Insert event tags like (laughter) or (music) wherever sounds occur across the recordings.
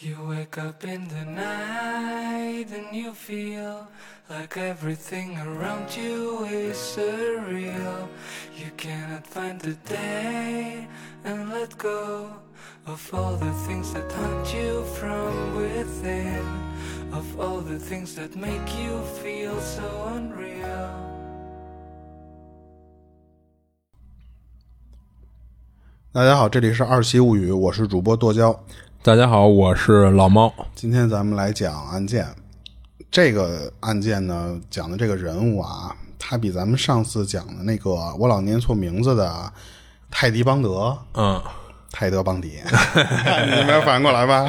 You wake up in the night and you feel like everything around you is surreal. You cannot find the day and let go of all the things that haunt you from within, of all the things that make you feel so unreal. 大家好，这里是二期物语，我是主播剁椒。大家好，我是老猫。今天咱们来讲案件，这个案件呢，讲的这个人物啊，他比咱们上次讲的那个我老念错名字的泰迪邦德，嗯，泰德邦 (laughs) 迪，你没有反应过来吧？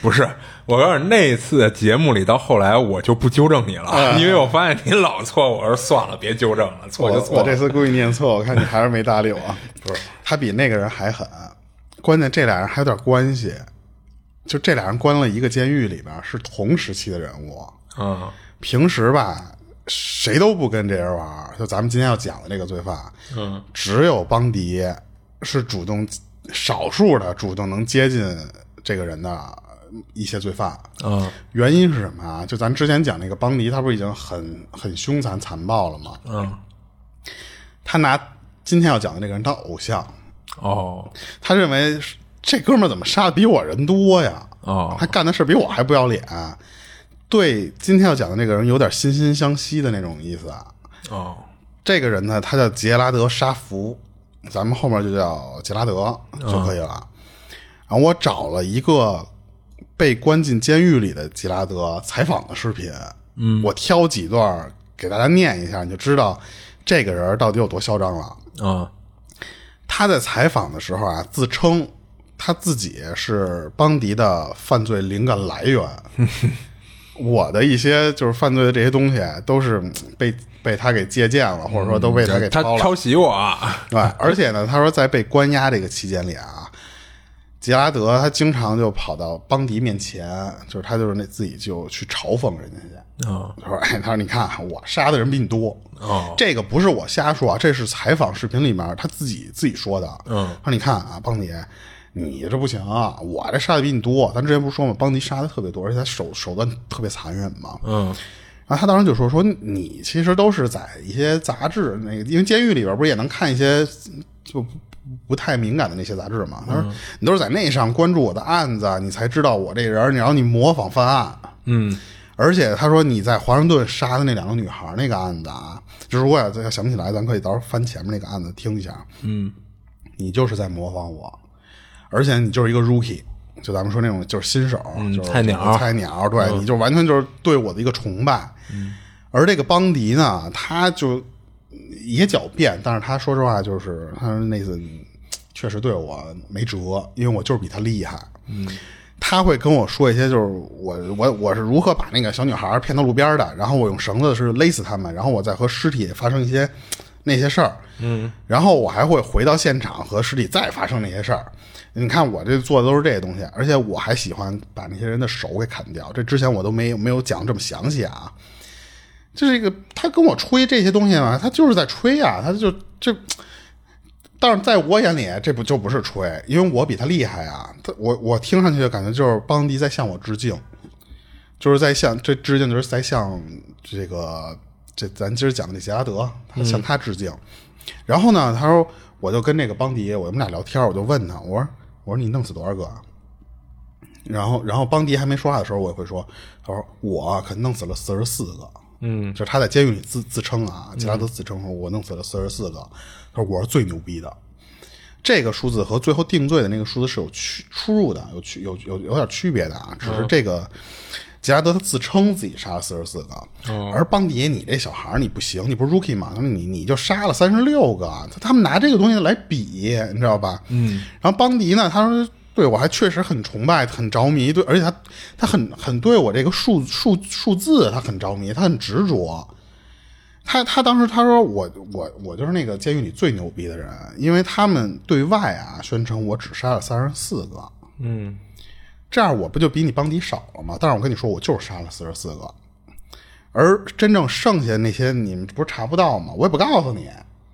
不是，我告诉你，那次节目里到后来我就不纠正你了，因为我发现你老错，我说算了，别纠正了，错就啊我错我这了。次故意念错，我看你还是没搭 (laughs) 理我。不是，他比那个人还狠，关键这俩人还有点关系，就这俩人关了一个监狱里边，是同时期的人物。嗯，平时吧，谁都不跟这人玩儿，就咱们今天要讲的这个罪犯，嗯，只有邦迪是主动，少数的主动能接近这个人的一些罪犯，嗯，原因是什么啊？就咱之前讲那个邦迪，他不是已经很很凶残残暴了吗？嗯，他拿今天要讲的这个人当偶像，哦，他认为是这哥们儿怎么杀的比我人多呀？哦他干的事比我还不要脸，对今天要讲的这个人有点惺惺相惜的那种意思啊。哦，这个人呢，他叫杰拉德·沙福，咱们后面就叫杰拉德就可以了。然后我找了一个被关进监狱里的杰拉德采访的视频，嗯，我挑几段给大家念一下，你就知道这个人到底有多嚣张了。啊嗯，他在采访的时候啊，自称他自己是邦迪的犯罪灵感来 (laughs) 源。我的一些就是犯罪的这些东西，都是嗯被被他给借鉴了，或者说都被嗯他给他抄了。抄袭我啊。对，而且呢，他说在被关押这个期间里啊，杰拉德他经常就跑到邦迪面前，就是他就是那自己就去嘲讽人家去。嗯，他说：“哎，他说你看啊，我杀的人比你多。哦，这个不是我瞎说啊，这是采访视频里面他自己自己说的。嗯，他说你看啊，邦迪，你这不行啊，我这杀的比你多。咱之前不是说嘛，邦迪杀的特别多，而且他手手段特别残忍嘛。嗯，然后他当时就说：“说你其实都是在一些杂志，那个因为监狱里边不是也能看一些就不不太敏感的那些杂志嘛？他说、你都是在那上关注我的案子，你才知道我这人，然后你模仿犯案。嗯，而且他说你在华盛顿杀的那两个女孩那个案子啊，就是如果要要想不起来，咱可以到时候翻前面那个案子听一下。嗯，你就是在模仿我，而且你就是一个 rookie，就咱们说那种就是新手，嗯就是菜鸟嗯菜鸟，对，你就完全就是对我的一个崇拜。而这个邦迪呢，他就也狡辩，但是他说实话，就是他说那次嗯确实对我没辙，因为我就是比他厉害。嗯。他会跟我说一些，就是我我我是如何把那个小女孩骗到路边的，然后我用绳子是勒死他们，然后我再和尸体发生一些那些事儿，嗯，然后我还会回到现场和尸体再发生那些事儿。你看我这做的都是这些东西，而且我还喜欢把那些人的手给砍掉，这之前我都没有没有讲这么详细啊。就是一个他跟我吹这些东西嘛，他就是在吹啊，他就这。但是在我眼里，这不就不是吹，因为我比他厉害啊。他我我听上去就感觉就是邦迪在向我致敬，就是在向这致敬，就是在向这个这咱今儿讲的这杰拉德，他向他致敬。然后呢，他说我就跟那个邦迪，我们俩聊天，我就问他，我说我说你弄死多少个啊？然后然后邦迪还没说话的时候，我也会说，他说我啊可弄死了四十四个。嗯，就是他在监狱里自自称啊，杰拉德自称说我弄死了四十四个，他说我是最牛逼的。这个数字和最后定罪的那个数字是有区出入的，有区有有有点区别的啊。只是这个杰拉德他自称自己杀了四十四个，而邦迪你这小孩儿你不行，你不是 rookie 嘛？他说你你就杀了三十六个，他他们拿这个东西来比，你知道吧？嗯。然后邦迪呢，他说对我还确实很崇拜，很着迷，对，而且他他很很对我这个数数数字他很着迷，他很执着。他他当时他说我我我就是那个监狱里最牛逼的人，因为他们对外啊宣称我只杀了三十四个，嗯，这样我不就比你邦迪少了吗？但是我跟你说，我就是杀了四十四个，而真正剩下那些你们不是查不到吗？我也不告诉你，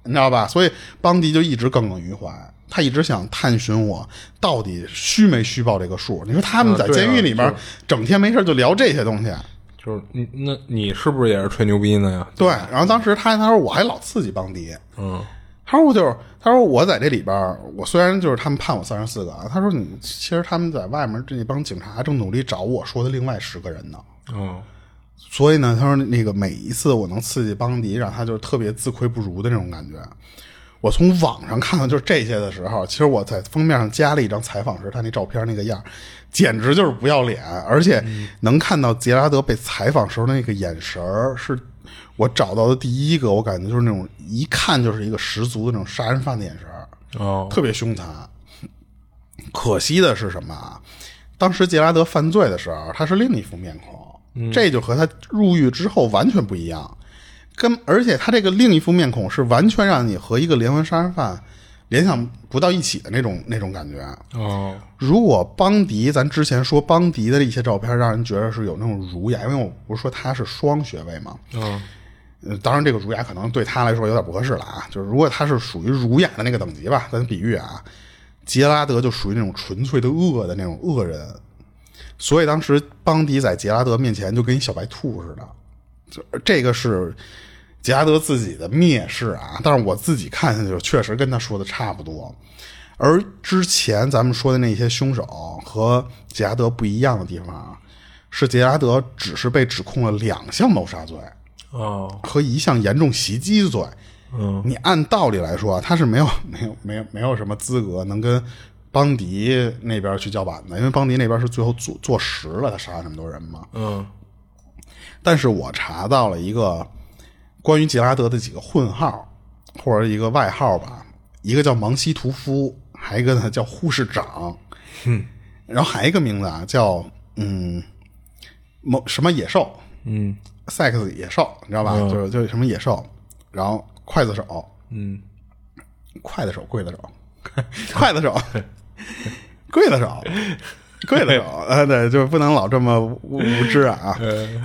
你知道吧？所以邦迪就一直耿耿于怀，他一直想探寻我到底虚没虚报这个数。你说他们在啊对啊监狱里面是整天没事就聊这些东西，就是你那你是不是也是吹牛逼呢呀？对。然后当时他他说我还老刺激邦迪，嗯，他说我就是他说我在这里边儿，我虽然就是他们判我三十四个啊，他说你其实他们在外面这帮警察正努力找我说的另外十个人呢。哦，所以呢，他说那个每一次我能刺激邦迪，让他就是特别自愧不如的那种感觉。我从网上看到就是这些的时候，其实我在封面上加了一张采访时他那照片那个样儿，简直就是不要脸，而且能看到杰拉德被采访时候的那个眼神儿，是我找到的第一个，我感觉就是那种一看就是一个十足的那种杀人犯的眼神儿。哦，特别凶残。可惜的是什么啊？当时杰拉德犯罪的时候，他是另一副面孔，这就和他入狱之后完全不一样。跟而且他这个另一副面孔是完全让你和一个连环杀人犯联想不到一起的那种那种感觉。哦，如果邦迪，咱之前说邦迪的一些照片，让人觉得是有那种儒雅，因为我不是说他是双学位嘛，嗯，呃当然这个儒雅可能对他来说有点不合适了啊，就是如果他是属于儒雅的那个等级吧，咱比喻啊，杰拉德就属于那种纯粹的恶的那种恶人，所以当时邦迪在杰拉德面前就跟一小白兔似的，就这个是杰拉德自己的蔑视啊，但是我自己看下去确实跟他说的差不多。而之前咱们说的那些凶手和杰拉德不一样的地方啊，是杰拉德只是被指控了两项谋杀罪哦，和一项严重袭击罪。嗯，你按道理来说，啊他是没有没有没有没有什么资格能跟邦迪那边去叫板的，因为邦迪那边是最后坐坐实了他杀了那么多人嘛。嗯，但是我查到了一个关于杰拉德的几个混号或者一个外号吧，一个叫芒西屠夫，还有一个呢叫护士长，然后还有一个名字啊叫嗯某什么野兽嗯， ，sex 野兽，你知道吧？就是就是什么野兽，然后刽子手，嗯，刽子手，刽子手，刽子手，刽子手，刽子手，呃，对，就不能老这么无无知啊。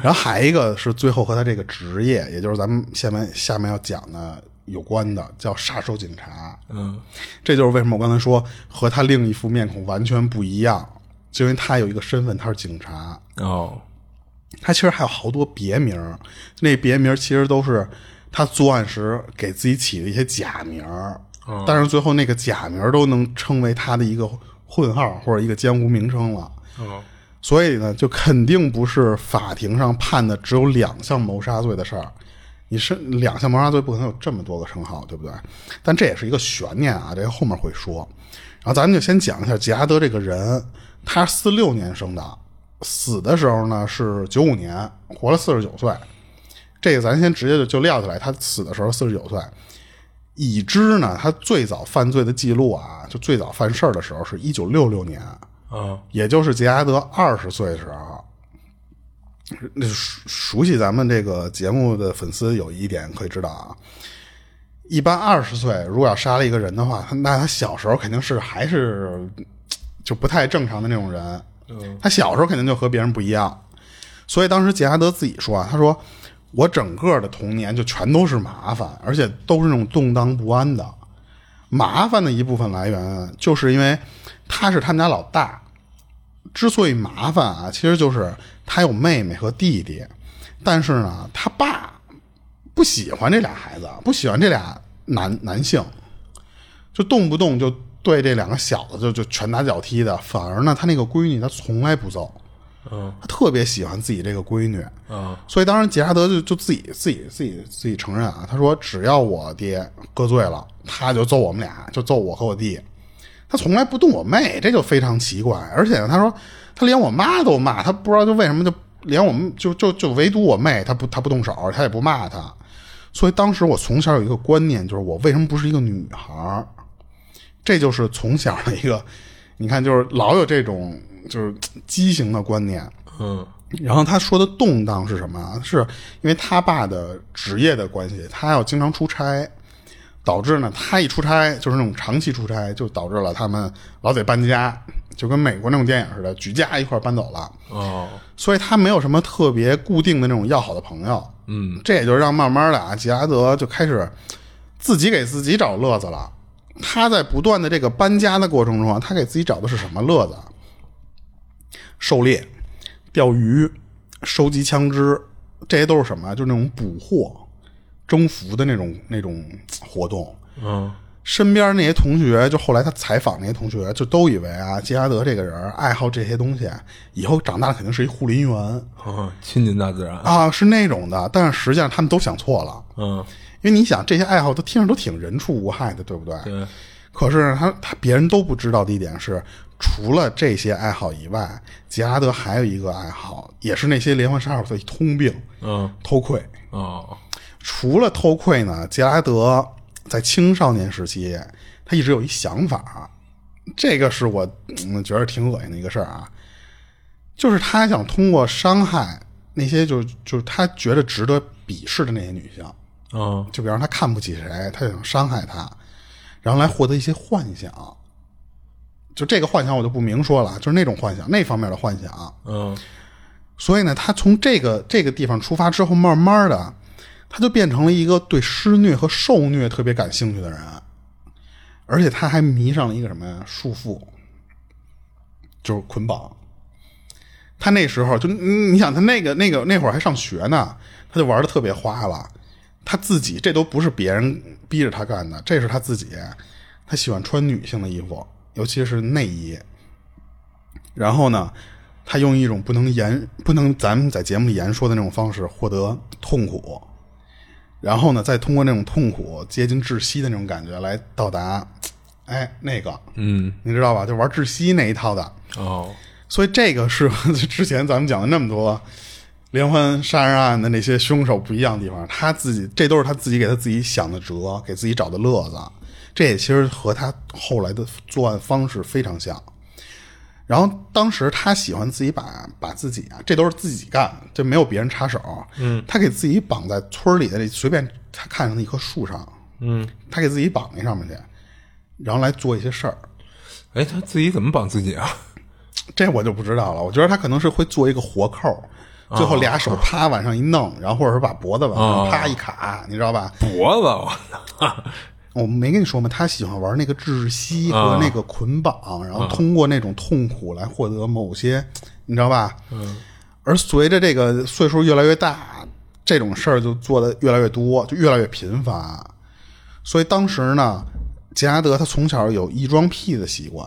然后还一个是最后和他这个职业，也就是咱们下面下面要讲的有关的，叫杀手警察。嗯，这就是为什么我刚才说和他另一副面孔完全不一样，就因为他有一个身份，他是警察。哦，他其实还有好多别名儿，那别名儿其实都是他作案时给自己起的一些假名儿，但是最后那个假名儿都能称为他的一个混号或者一个江湖名称了。哦，所以呢，就肯定不是法庭上判的只有两项谋杀罪的事儿。你是两项谋杀罪，不可能有这么多个称号，对不对？但这也是一个悬念啊，这个后面会说。然后咱们就先讲一下杰拉德这个人，他四六年生的，死的时候呢是九五年，活了四十九岁。这个咱先直接就就撂下来，他死的时候四十九岁。已知呢，他最早犯罪的记录啊，就最早犯事儿的时候是一九六六年，哦，啊也就是杰拉德二十岁的时候。那熟熟悉咱们这个节目的粉丝有一点可以知道啊，一般二十岁如果要杀了一个人的话，他那他小时候肯定是还是嘖就不太正常的那种人，他小时候肯定就和别人不一样。所以当时杰拉德自己说啊，他说我整个的童年就全都是麻烦，而且都是那种动荡不安的。麻烦的一部分来源就是因为他是他们家老大，之所以麻烦啊，其实就是他有妹妹和弟弟，但是呢，他爸不喜欢这俩孩子，不喜欢这俩男男性，就动不动就对这两个小子就就拳打脚踢的。反而呢，他那个闺女他从来不揍，嗯，他特别喜欢自己这个闺女，哦，所以当时杰拉德就就自己自己自己自己承认啊，他说只要我爹喝醉了，他就揍我们俩，就揍我和我弟，他从来不动我妹，这就非常奇怪。而且呢，他说他连我妈都骂，他不知道就为什么就连我们就就就唯独我妹，他不他不动手，他也不骂他。所以当时我从小有一个观念，就是我为什么不是一个女孩儿？这就是从小的一个，你看，就是老有这种就是畸形的观念。嗯，然后他说的动荡是什么啊？是因为他爸的职业的关系，他要经常出差，导致呢，他一出差就是那种长期出差，就导致了他们老得搬家，就跟美国那种电影似的，举家一块儿搬走了。哦，所以他没有什么特别固定的那种要好的朋友。嗯，这也就让慢慢的啊，杰拉德就开始自己给自己找乐子了。他在不断的这个搬家的过程中啊，他给自己找的是什么乐子啊？狩猎、钓鱼、收集枪支，这些都是什么啊？就是那种捕获、征服的那种那种活动。嗯，身边那些同学，就后来他采访那些同学，就都以为啊，杰拉德这个人爱好这些东西，以后长大了肯定是一护林员哦，亲近大自然，啊，是那种的。但是实际上他们都想错了，嗯，因为你想这些爱好都听着都挺人畜无害的，对不对？对，可是他他别人都不知道的一点是，除了这些爱好以外，杰拉德还有一个爱好，也是那些连环杀手的通病嗯， ——偷窥。哦，除了偷窥呢，杰拉德在青少年时期，他一直有一想法，这个是我嗯觉得挺恶心的一个事儿啊，就是他想通过伤害那些就就是他觉得值得鄙视的那些女性，嗯，就比方说他看不起谁，他就想伤害他，然后来获得一些幻想。就这个幻想我就不明说了，就是那种幻想，那方面的幻想。嗯，所以呢，他从这个这个地方出发之后，慢慢的，啊他就变成了一个对施虐和受虐特别感兴趣的人，而且他还迷上了一个什么呀？束缚，就是捆绑。他那时候就你你想，他那个那个那会儿还上学呢，他就玩的特别花了。他自己这都不是别人逼着他干的，这是他自己。他喜欢穿女性的衣服，尤其是内衣。然后呢，他用一种不能言、不能咱们在节目里言说的那种方式获得痛苦，然后呢，再通过那种痛苦接近窒息的那种感觉来到达，哎，那个，嗯，你知道吧？就玩窒息那一套的。哦，所以这个是 (laughs) 之前咱们讲的那么多连环杀人案的那些凶手不一样的地方，他自己这都是他自己给他自己想的辙，给自己找的乐子。这也其实和他后来的作案方式非常像。然后当时他喜欢自己把把自己啊，这都是自己干，这没有别人插手。嗯，他给自己绑在村里的这随便他看上的一棵树上，嗯，他给自己绑那上面去，然后来做一些事儿。哎，他自己怎么绑自己啊？这我就不知道了。我觉得他可能是会做一个活扣，最后俩手啪往上一弄，然后或者是把脖子往上啪一卡，你知道吧？脖子，我操，我没跟你说吗？他喜欢玩那个窒息和那个捆绑，然后通过那种痛苦来获得某些，你知道吧？嗯。而随着这个岁数越来越大，这种事儿就做的越来越多，就越来越频繁。所以当时呢，杰拉德他从小有异装癖的习惯。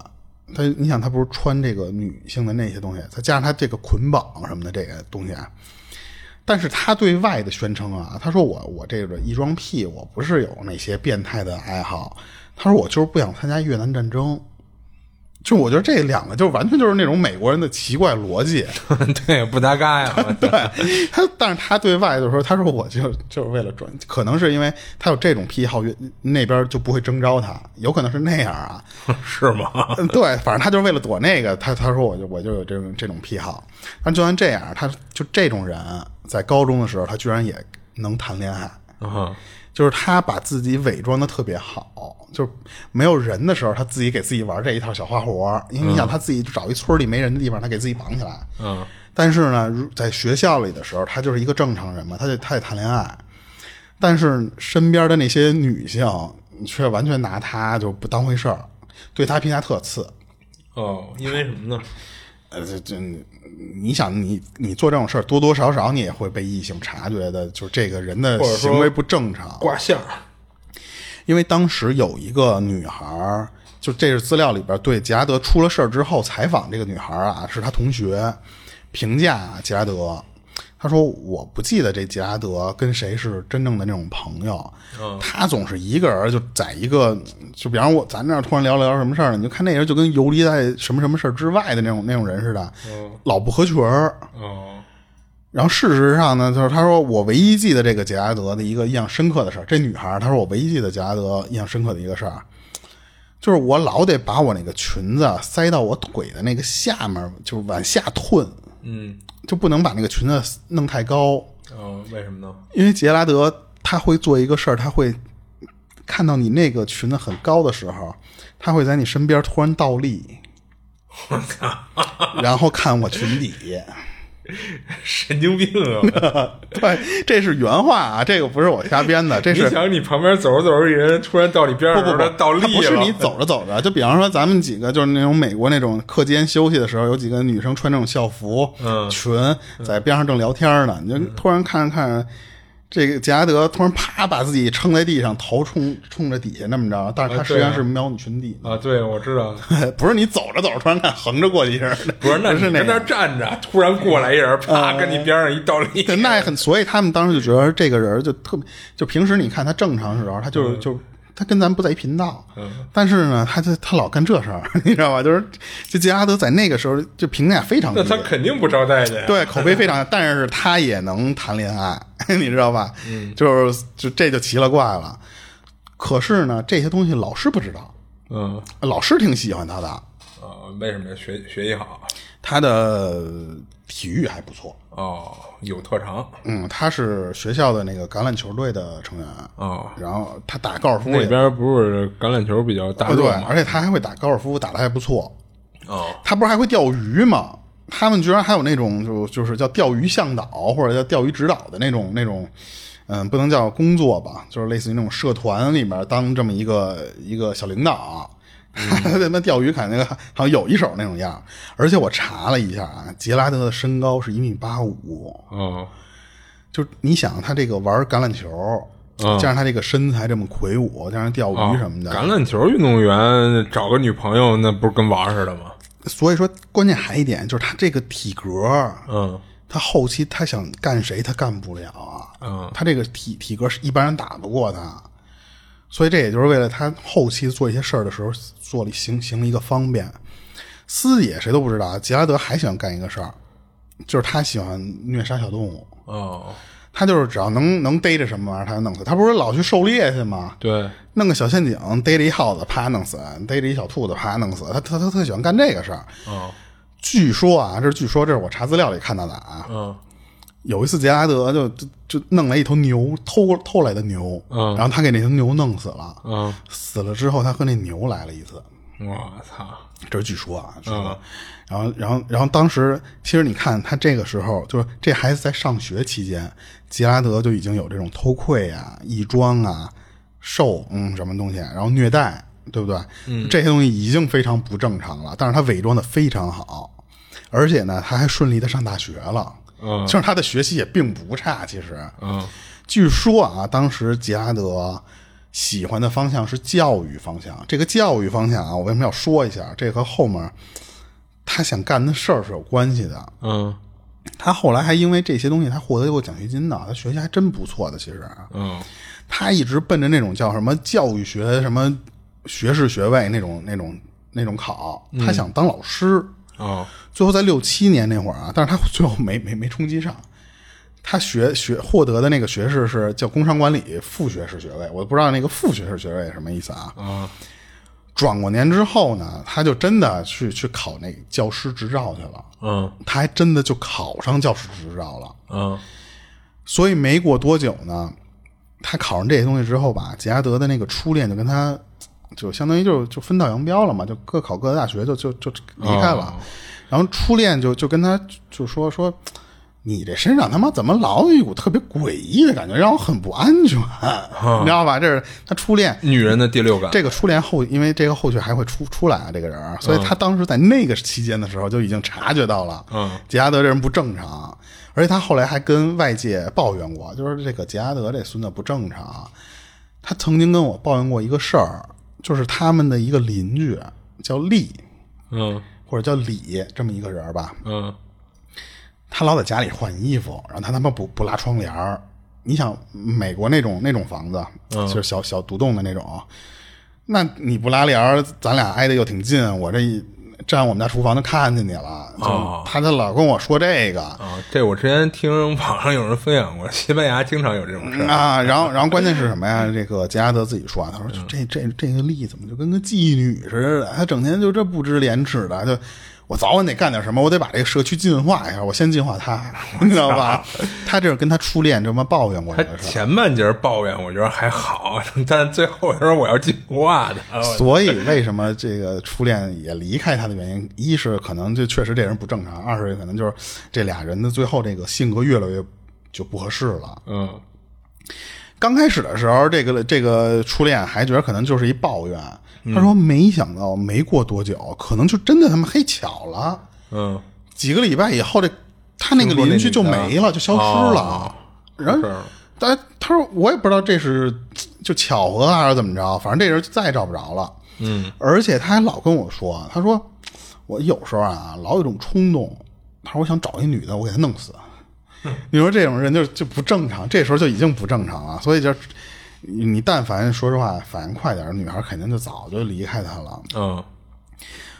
他，你想，他不是穿这个女性的那些东西，再加上他这个捆绑什么的这个东西啊，但是他对外的宣称啊，他说我我这个异装癖，我不是有那些变态的爱好。他说我就是不想参加越南战争。就我觉得这两个就完全就是那种美国人的奇怪逻辑， (laughs) (laughs) 对，不搭嘎呀， (laughs) 我操对他，但是他对外就说，他说我就就是为了赚，可能是因为他有这种癖好，那边就不会征召他，有可能是那样啊。是吗？嗯，对，反正他就是为了躲那个，他他说我就我就有这种这种癖好，但就算这样，他就这种人在高中的时候，他居然也能谈恋爱， (laughs) 嗯，就是他把自己伪装的特别好，就是没有人的时候，他自己给自己玩这一套小花活儿，因为你想他自己就找一村里没人的地方，他给自己绑起来，嗯，但是呢，如在学校里的时候，他就是一个正常人嘛，他就他也谈恋爱，但是身边的那些女性却完全拿他就不当回事儿，对他评价特次。哦，因为什么呢？呃，这这，你想你你做这种事儿，多多少少你也会被异性察觉的，就是这个人的或者说行为不正常。挂线儿，因为当时有一个女孩儿，就这是资料里边对杰拉德出了事儿之后采访这个女孩儿啊，是他同学评价杰拉德，他说我不记得这杰拉德跟谁是真正的那种朋友，他总是一个人就在一个，就比方我咱这儿突然聊聊什么事儿，你就看那人就跟游离在什么什么事儿之外的那种那种人似的，老不合群儿。哦，然后事实上呢，就是他说我唯一记得这个杰拉德的一个印象深刻的事儿，这女孩儿她说我唯一记得杰拉德印象深刻的一个事儿，就是我老得把我那个裙子塞到我腿的那个下面儿，就是往下褪，嗯，就不能把那个裙子弄太高，哦，为什么呢？因为杰拉德他会做一个事儿，他会看到你那个裙子很高的时候，他会在你身边突然倒立，然后看我裙底。神经病 (laughs) 啊！ (laughs) 对，这是原话啊，这个不是我瞎编的，这你是想，你旁边走着走着，一人突然到你边不上不不的时候，他倒它立了。不是你走着走着，就比方说咱们几个就是那种美国那种课间休息的时候，有几个女生穿那种校服、嗯裙，在边上正聊天呢，你就突然看着看着。这个杰拉德突然啪把自己撑在地上，头冲冲着底下那么着，但是他啊实对啊际上是瞄你裙底的，啊！对，我知道， (laughs) 不是你走着走着突然看横着过去似的， (laughs) 不是，那嗯不是你跟那那儿个站着，突然过来一人，啪，跟你边上一倒立。对，那也很，所以他们当时就觉得这个人就特别，就平时你看他正常的时候，他就是嗯就他跟咱不在一频道，但是呢，他就他老干这事儿， (laughs) 你知道吧？就是就杰拉德在那个时候就评价非常低 (laughs) 那，他肯定不招待见。，对口碑非常，但是他也能谈恋爱， (laughs) 你知道吧？嗯就是就这就奇了怪了。可是呢，这些东西老师不知道，嗯，老师挺喜欢他的，啊，为什么学学习好？他的体育还不错，哦，有特长。嗯，他是学校的那个橄榄球队的成员。哦，然后他打高尔夫那也边不是橄榄球比较大啊，对热，吗？而且他还会打高尔夫，打的还不错。哦，他不是还会钓鱼吗？他们居然还有那种就就是叫钓鱼向导或者叫钓鱼指导的那种那种，嗯，不能叫工作吧，就是类似于那种社团里面当这么一个一个小领导。 (laughs) 他他妈钓鱼，感觉好像有一手那种样儿。而且我查了一下啊，杰拉德的身高是一米八五，哦，就是你想他这个玩橄榄球，嗯加上他这个身材这么魁梧，加上钓哦鱼什么的，橄榄球运动员找个女朋友，那不是跟玩儿似的吗？所以说，关键还一点就是他这个体格，嗯，他后期他想干谁他干不了啊。嗯他这个体体格是一般人打不过他，所以这也就是为了他后期做一些事儿的时候做了行行了一个方便。私野谁都不知道啊，杰拉德还喜欢干一个事儿，就是他喜欢虐杀小动物。哦，他就是只要能能逮着什么玩意儿，他就弄死。他不是老去狩猎去吗？对，弄个小陷阱，逮着一耗子，啪弄死；逮着一小兔子，啪弄死。他他他特喜欢干这个事儿。哦，据说啊，这是据说，这是我查资料里看到的啊。嗯，有一次杰拉德就就就弄来一头牛，偷偷来的牛，嗯然后他给那头牛弄死了。嗯，死了之后，他和那牛来了一次，我操，这是据说啊，据说。然后，然后，然后，当时其实你看他这个时候，就是这孩子在上学期间，杰拉德就已经有这种偷窥啊、异装啊、受嗯什么东西，然后虐待，对不对？嗯，这些东西已经非常不正常了，但是他伪装的非常好，而且呢，他还顺利的上大学了。嗯就是他的学习也并不差，其实，嗯，据说啊，当时杰拉德喜欢的方向是教育方向。这个教育方向啊，我为什么要说一下？这和后面他想干的事儿是有关系的。嗯，他后来还因为这些东西，他获得过奖学金呢。他学习还真不错的，其实。嗯，他一直奔着那种叫什么教育学、什么学士学位那种、那种、那种考。他想当老师。哦，最后在六七年那会儿啊，但是他最后没没没冲击上。他学学获得的那个学士是叫工商管理副学士学位，我不知道那个副学士学位是什么意思啊。嗯，转过年之后呢，他就真的去去考那教师执照去了，嗯，他还真的就考上教师执照了。嗯，所以没过多久呢，他考上这些东西之后吧，杰拉德的那个初恋就跟他就相当于就就分道扬镳了嘛，就各考各的大学就，就就离开了。然后初恋就就跟他就说说，你这身上他妈怎么老有一股特别诡异的感觉，让我很不安全，你知道吧？这是他初恋。女人的第六感，这个初恋后，因为这个后续还会出出来啊，这个人儿，所以他当时在那个期间的时候就已经察觉到了，嗯，杰拉德这人不正常，而且他后来还跟外界抱怨过，就是这个杰拉德这孙子不正常。他曾经跟我抱怨过一个事儿，就是他们的一个邻居叫利嗯，或者叫李这么一个人儿吧，嗯，他老在家里换衣服，然后他他妈不不拉窗帘儿。你想美国那种那种房子，就是小小独栋的那种，那你不拉帘儿，咱俩挨得又挺近，我这一站我们家厨房就看见你了。哦就他就老跟我说这个、啊，这我之前听网上有人分享过，西班牙经常有这种事儿。啊，然后然后关键是什么呀？这个杰拉德自己说啊，他嗯说这这这个丽怎么就跟个妓女似的？她整天就这不知廉耻的，就我早晚得干点什么，我得把这个社区进化一下，我先进化他， (laughs) 你知道 (laughs) 吧？他这是跟他初恋这么抱怨过他这个事儿，前半截抱怨我觉得还好， (laughs) 但最后时候我要进化的，我所以为什么这个初恋也离开他的原因，一是可能就确实这人不正常，二是可能就是这俩人的最后这个性格越来越就不合适了。嗯刚开始的时候，这个这个初恋还觉得可能就是一抱怨，他说没想到没过多久，可能就真的他妈黑巧了，嗯，几个礼拜以后，这他那个哦邻居就没了，就消失了。啊然后是，但他说我也不知道这是就巧合啊还是怎么着，反正这人就再也找不着了。嗯，而且他还老跟我说，他说我有时候啊，老有一种冲动，他说我想找一女的，我给她弄 (laughs) 死。你说这种人就就不正常，这时候就已经不正常了，所以就你你但凡说实话反应快点儿，女孩肯定就早就离开他了。嗯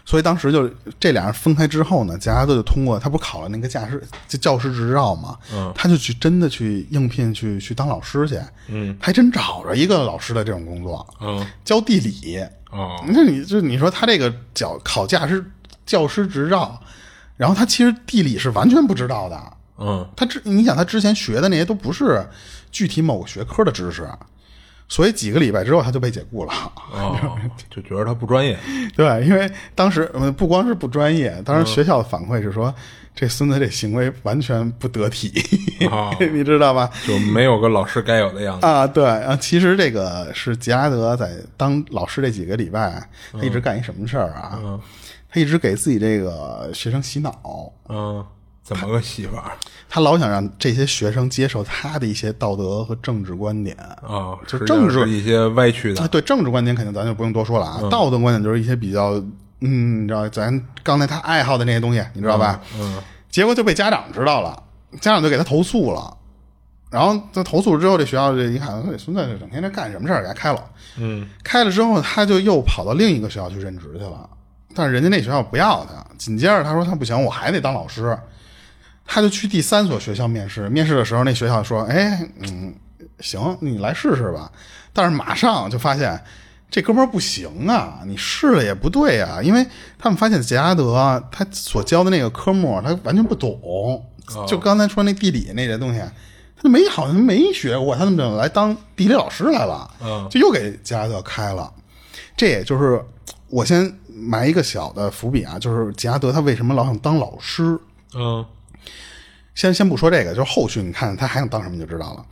所以当时就这俩人分开之后呢，杰拉德就通过他不是考了那个驾驶就教师执照嘛，嗯，他就去真的去应聘去去当老师去，嗯，还真找着一个老师的这种工作，嗯教地理。哦，那你就你说他这个教考驾师教师执照，然后他其实地理是完全不知道的，嗯他之你想他之前学的那些都不是具体某个学科的知识，所以几个礼拜之后他就被解雇了。哦， (laughs) 就觉得他不专业，对，因为当时呃不光是不专业，当时学校的反馈是说，这孙子这行为完全不得体，哦 (laughs) 你知道吧？就没有个老师该有的样子。啊，对啊，其实这个是杰拉德在当老师这几个礼拜，他一直干一什么事儿啊？他一直给自己这个学生洗脑，嗯，怎么个戏法？他老想让这些学生接受他的一些道德和政治观点哦，就实际政上治是一些歪曲的啊，。对政治观点肯定咱就不用多说了啊，道德观点就是一些比较，嗯，你知道咱刚才他爱好的那些东西，你知道吧？嗯，结果就被家长知道了，家长就给他投诉了，然后他投诉之后，这学校这一看，这孙子这整天这干什么事儿，给他开了，嗯，开了之后他就又跑到另一个学校去任职去了，但是人家那学校不要他，紧接着他说他不行，我还得当老师，他就去第三所学校面试。面试的时候，那学校说：“哎，嗯，行，你来试试吧。”但是马上就发现这哥们儿不行啊，你试了也不对啊，因为他们发现杰拉德啊他所教的那个科目啊他完全不懂，就刚才说那地理那些东西。啊他就没好像没学过，他怎么怎么来当地理老师来了？嗯就又给杰拉德开了。这也就是我先埋一个小的伏笔啊，就是杰拉德他为什么老想当老师？嗯先先不说这个，就是后续你看他还想当什么你就知道了。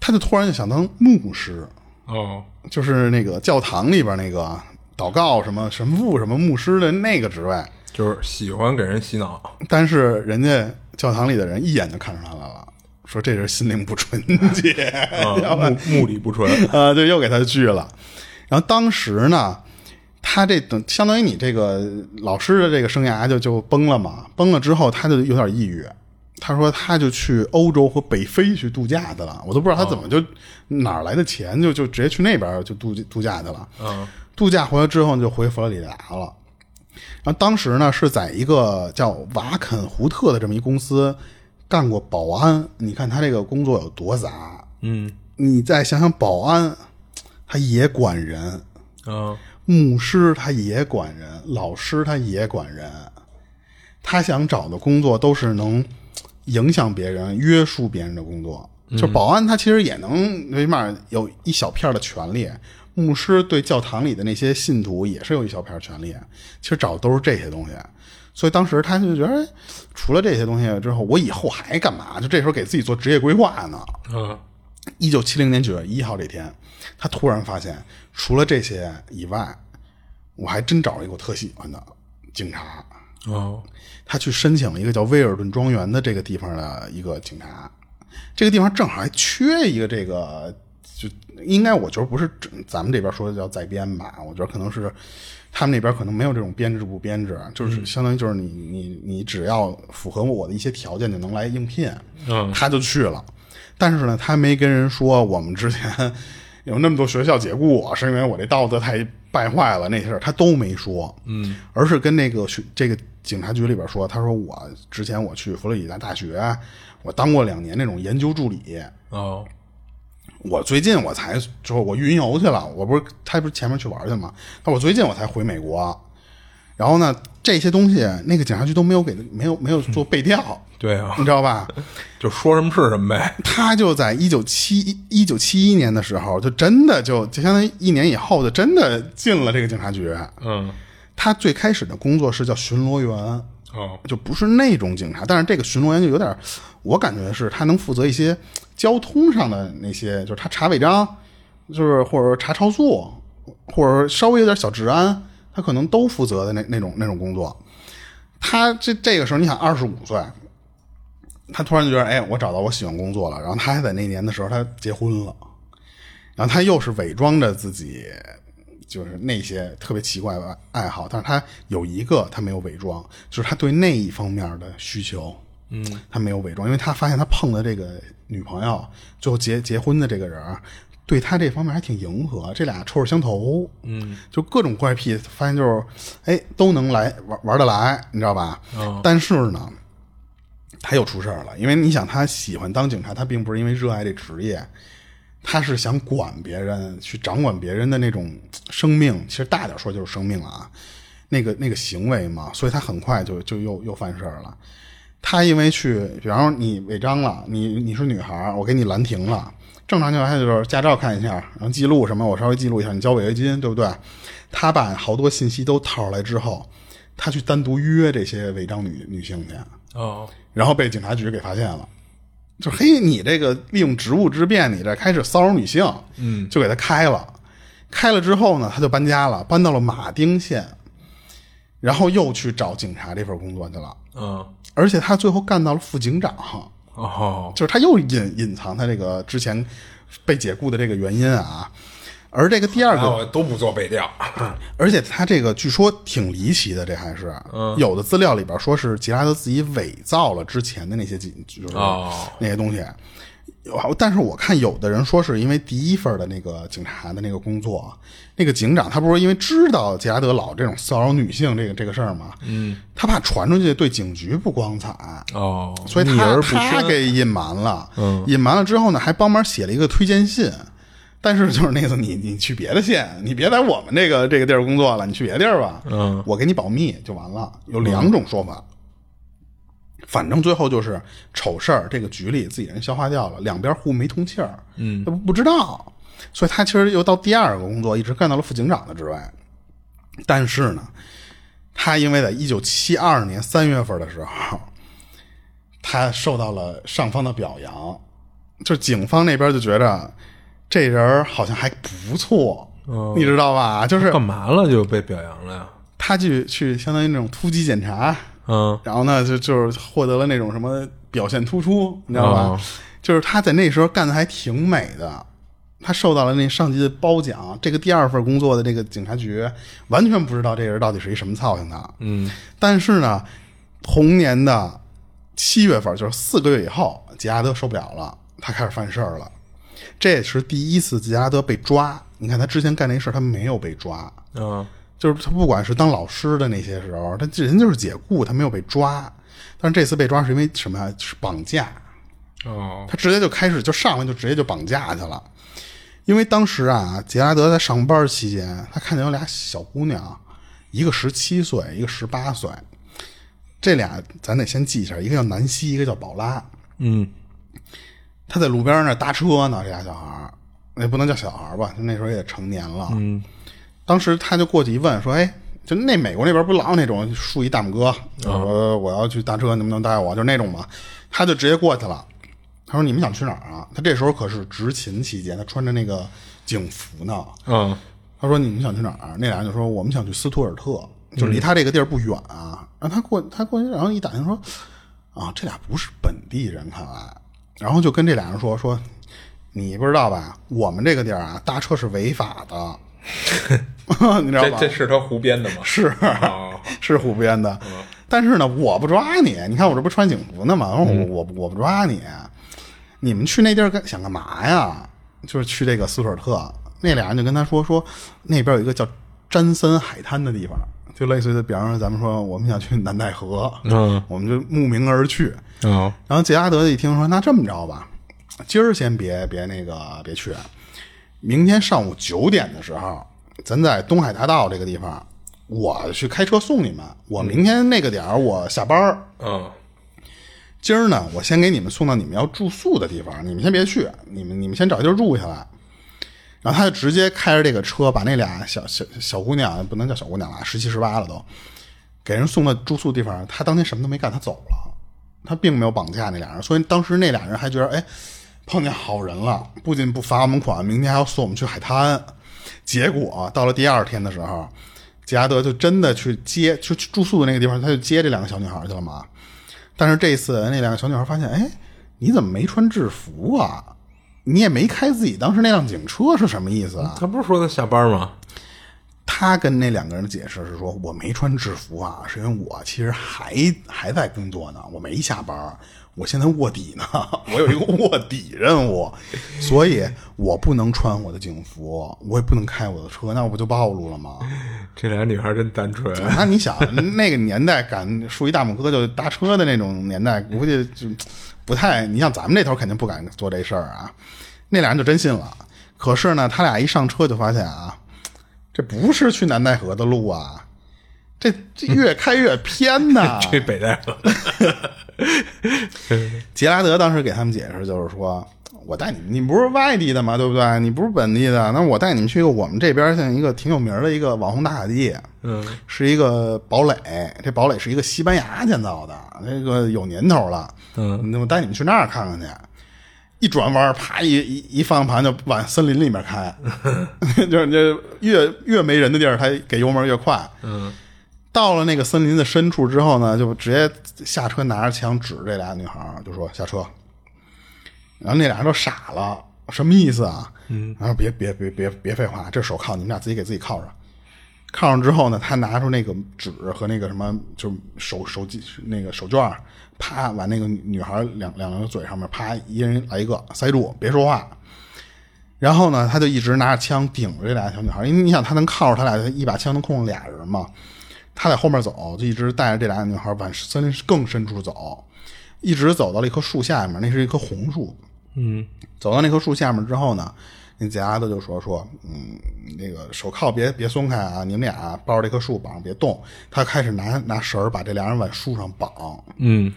他就突然就想当牧师，哦就是那个教堂里边那个祷告什么神父什么牧师的那个职位。就是喜欢给人洗 (laughs) 脑，但是人家教堂里的人一眼就看出他来了，说这人心灵不纯洁，啊 (laughs) 目目的不 (laughs) 纯。啊，对，又给他拒了。然后当时呢，他这等相当于你这个老师的这个生涯就就崩了嘛，崩了之后他就有点抑郁。他说他就去欧洲和北非去度假去了，我都不知道他怎么就、哪儿来的钱就就直接去那边就度度假去了。嗯度假回来之后就回佛罗里达了。然后当时呢是在一个叫瓦肯胡特的这么一公司干过保安，你看他这个工作有多杂，嗯你再想想保安，他也管人；嗯牧师他也管人，老师他也管人。他想找的工作都是能影响别人、约束别人的工作。就保安他其实也能最起码有一小片儿的权利，牧师对教堂里的那些信徒也是有一小片儿权利。其实找的都是这些东西。所以当时他就觉得，哎除了这些东西之后，我以后还干嘛？就这时候给自己做职业规划呢。嗯一九七零年九月一号这天，他突然发现，除了这些以外，我还真找了一个我特喜欢的警察。哦他去申请了一个叫威尔顿庄园的这个地方的一个警察，这个地方正好还缺一个这个，就应该我觉得不是正咱们这边说的叫在编吧，我觉得可能是他们那边可能没有这种编制不编制，啊就是相当于就是你你你只要符合我的一些条件就能来应聘，嗯他就去了，但是呢，他没跟人说我们之前有那么多学校解雇我，是因为我这道德太败坏了那些事儿，他都没说，嗯，而是跟那个学这个警察局里边说，他说我之前我去佛罗里达大学，我当过两年那种研究助理，哦我最近我才说我云游去了，我不是他不是前面去玩去了吗？那我最近我才回美国，然后呢，这些东西那个警察局都没有给没有没有做背调，对啊你，知道吧？就说什么是什么呗。他就在一九七一九七一年的时候，就真的就就相当于一年以后，就真的进了这个警察局。嗯，他最开始的工作是叫巡逻员，哦，就不是那种警察，但是这个巡逻员就有点儿，我感觉是他能负责一些交通上的那些，就是他查违章，就是或者查超速，或者稍微有点小治安，他可能都负责的那那种那种工作。他这这个时候，你想二十五岁，他突然就觉得，哎，我找到我喜欢工作了。然后他还在那年的时候，他结婚了，然后他又是伪装着自己，就是那些特别奇怪的爱好，但是他有一个他没有伪装，就是他对那一方面的需求，嗯，他没有伪装，因为他发现他碰的这个女朋友，最后结结婚的这个人儿，对他这方面还挺迎合，这俩臭味相投，嗯，就各种怪癖，发现就是，哎，都能来玩玩得来，你知道吧？但是呢。他又出事儿了，因为你想，他喜欢当警察，他并不是因为热爱这职业，他是想管别人，去掌管别人的那种生命。其实大点说就是生命了啊，那个那个行为嘛，所以他很快就就又又犯事儿了。他因为去，比方说你违章了，你你是女孩儿，我给你拦停了。正常情况下就是驾照看一下，然后记录什么，我稍微记录一下，你交违约金，对不对？他把好多信息都套出来之后，他去单独约这些违章女女性去。哦，然后被警察局给发现了，就嘿，你这个利用职务之便，你这开始骚扰女性，嗯，就给他开了。开了之后呢，他就搬家了，搬到了马丁县，然后又去找警察这份工作去了。嗯，而且他最后干到了副警长，哦，就是他又隐隐藏他这个之前被解雇的这个原因啊。而这个第二然个后都不做背调。而且他这个据说挺离奇的，这还是、有的资料里边说是杰拉德自己伪造了之前的那些记，就是哦那些东西。有但是我看有的人说是因为第一份的那个警察的那个工作，那个警长他不是因为知道杰拉德老这种骚扰女性这个这个事儿吗？嗯，他怕传出去对警局不光彩，哦，所以逆他而不他深。嗯给隐瞒了，隐瞒了之后呢，还帮忙写了一个推荐信。但是就是那次你你去别的县，你别在我们这个这个地儿工作了，你去别地儿吧。嗯，我给你保密就完了。有两种说法，反正最后就是丑事儿，这个局里自己人消化掉了，两边互没通气儿，嗯，不知道，所以他其实又到第二个工作，一直干到了副警长的职位。但是呢，他因为在一九七二年三月份的时候，他受到了上方的表扬，就警方那边就觉着这人儿好像还不错，你知道吧？就是干嘛了就被表扬了呀？他去去相当于那种突击检查，嗯，然后呢，就就是获得了那种什么表现突出，你知道吧？哦就是他在那时候干的还挺美的，他受到了那上级的褒奖。这个第二份工作的这个警察局完全不知道这人到底是一什么操性的。嗯，但是呢，同年的七月份，就是四个月以后，杰拉德受不了了，他开始犯事儿了。这也是第一次杰拉德被抓。你看他之前干那事儿，他没有被抓。嗯，就是他不管是当老师的那些时候，他这人就是解雇，他没有被抓。但是这次被抓是因为什么呀？是绑架，哦，他直接就开始就上来就直接就绑架去了。因为当时啊，杰拉德在上班期间，他看见有俩小姑娘，一个十七岁，一个十八岁。这俩咱得先记一下，一个叫南希，一个叫宝拉。嗯，他在路边那儿搭车呢，这俩小孩儿，也不能叫小孩儿吧，就那时候也成年了。嗯，当时他就过去一问说：“哎，就那美国那边不老有那种竖一大拇哥，我我要去搭车，能不能带我？就那种嘛。”他就直接过去了。他说：“你们想去哪儿啊？”他这时候可是执勤期间，他穿着那个警服呢。嗯，他说：“你们想去哪儿？”那俩人就说：“我们想去斯图尔特，就离他这个地儿不远啊。然后他过他过去，然后一打听说：“啊，这俩不是本地人，看来。”然后就跟这俩人说：“说你不知道吧？我们这个地儿啊，搭车是违法的， (laughs) 你知道这吧？这是他胡编的吗？是哦 (laughs) 是虎编的。但是呢，我不抓你，你看我这不穿警服呢吗？我我我不抓你，你们去那地儿干想干嘛呀？就是去这个斯图尔特，那俩人就跟他说说，那边有一个叫詹森海滩的地方，就类似于比方说咱们说我们想去南戴河，嗯，我们就慕名而去。哦，然后杰拉德一听说，那这么着吧，今儿先别别那个别去，明天上午九点的时候，咱在东海大道这个地方，我去开车送你们，我明天那个点儿我下班儿，嗯今儿呢，我先给你们送到你们要住宿的地方，你们先别去，你们你们先找一地儿住下来。然后他就直接开着这个车，把那俩小小小姑娘，不能叫小姑娘了，十七十八了都，给人送到住宿地方。他当天什么都没干，他走了，他并没有绑架那俩人，所以当时那俩人还觉得，哎，碰见好人了，不仅不罚我们款，明天还要送我们去海滩。结果到了第二天的时候，杰拉德就真的去接，就去住宿的那个地方，他就接这两个小女孩去了嘛。但是这次那两个小女孩发现，哎，你怎么没穿制服啊？你也没开自己当时那辆警车是什么意思啊？他不是说他下班吗？他跟那两个人解释是说，我没穿制服啊，是因为我其实还还在工作呢，我没下班儿，我现在卧底呢，我有一个卧底任务，所以我不能穿我的警服，我也不能开我的车，那我不就暴露了吗？这俩女孩真单纯， (laughs) 那你想，那个年代敢竖一大拇哥就搭车的那种年代，估计就不太。你像咱们这头肯定不敢做这事儿啊。那俩人就真信了。可是呢，他俩一上车就发现啊，这不是去南戴河的路啊，这这越开越偏呐、这北戴 (laughs) 河杰拉德当时给他们解释就是说，我带你们，你不是外地的嘛，对不对？你不是本地的，那我带你们去一个我们这边像一个挺有名的一个网红打卡地，嗯，是一个堡垒，这堡垒是一个西班牙建造的，那个有年头了，嗯，那我带你们去那儿看看去。一转弯，啪一一一方向盘就往森林里面 (laughs) 开，就是这越越没人的地儿，它给油门越快，嗯。到了那个森林的深处之后呢，就直接下车拿着枪指这俩女孩儿，就说下车。然后那俩人都傻了，什么意思啊？嗯，然后别别别别别废话，这手铐你们俩自己给自己铐上。铐上之后呢，他拿出那个纸和那个什么，就手手机那个手绢儿，啪往那个女孩儿两两个嘴上面啪一人来一个塞住，别说话。然后呢，他就一直拿着枪顶着这俩小女孩，因为你想，他能靠着他俩，他一把枪能控制俩人嘛。他在后面走，就一直带着这俩女孩往森林更深处走，一直走到了一棵树下面，那是一棵红树。嗯，走到那棵树下面之后呢，那杰拉德就说说，嗯，那个手铐别别松开啊，你们俩抱着这棵树绑上别动。他开始拿拿绳儿把这俩人往树上绑，嗯，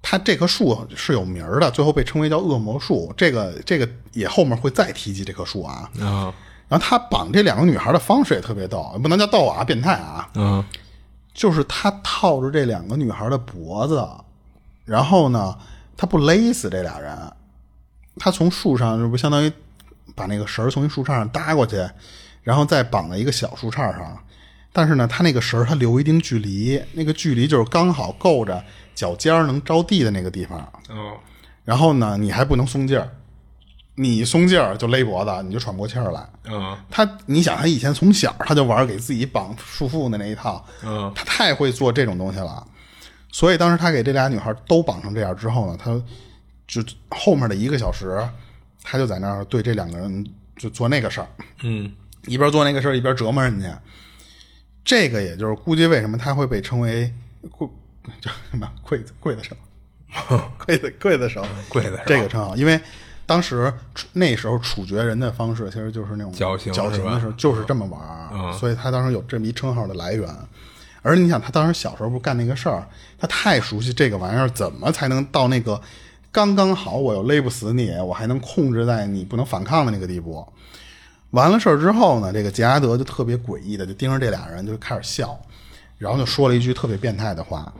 它这棵树是有名儿的，最后被称为叫恶魔树。这个这个也后面会再提及这棵树啊。啊然后他绑这两个女孩的方式也特别逗，不能叫逗啊，变态啊，啊就是他套着这两个女孩的脖子，然后呢，他不勒死这俩人，他从树上这不相当于把那个绳儿从一树杈上搭过去，然后再绑在一个小树杈上。但是呢，他那个绳儿它留一定距离，那个距离就是刚好够着脚尖儿能着地的那个地方。哦，然后呢，你还不能松劲儿，你松劲儿就勒脖子，你就喘不过气儿来。啊他，你想，他以前从小他就玩给自己绑束缚的那一套，嗯他太会做这种东西了。所以当时他给这俩女孩都绑成这样之后呢，他就后面的一个小时，他就在那儿对这两个人就做那个事儿，嗯一边做那个事儿一边折磨人家。这个也就是估计为什么他会被称为刽叫什么刽子刽子手， (laughs) 刽子刽子手，刽子手这个称号，因为当时处那时候处决人的方式其实就是那种绞刑绞刑是吧嗯的时候就是这么玩儿、所以他当时有这么一称号的来源。而你想，他当时小时候不干那个事儿，他太熟悉这个玩意儿，怎么才能到那个刚刚好，我又勒不死你，我还能控制在你不能反抗的那个地步？完了事儿之后呢，这个杰拉德就特别诡异的就盯着这俩人就开始笑，然后就说了一句特别变态的话，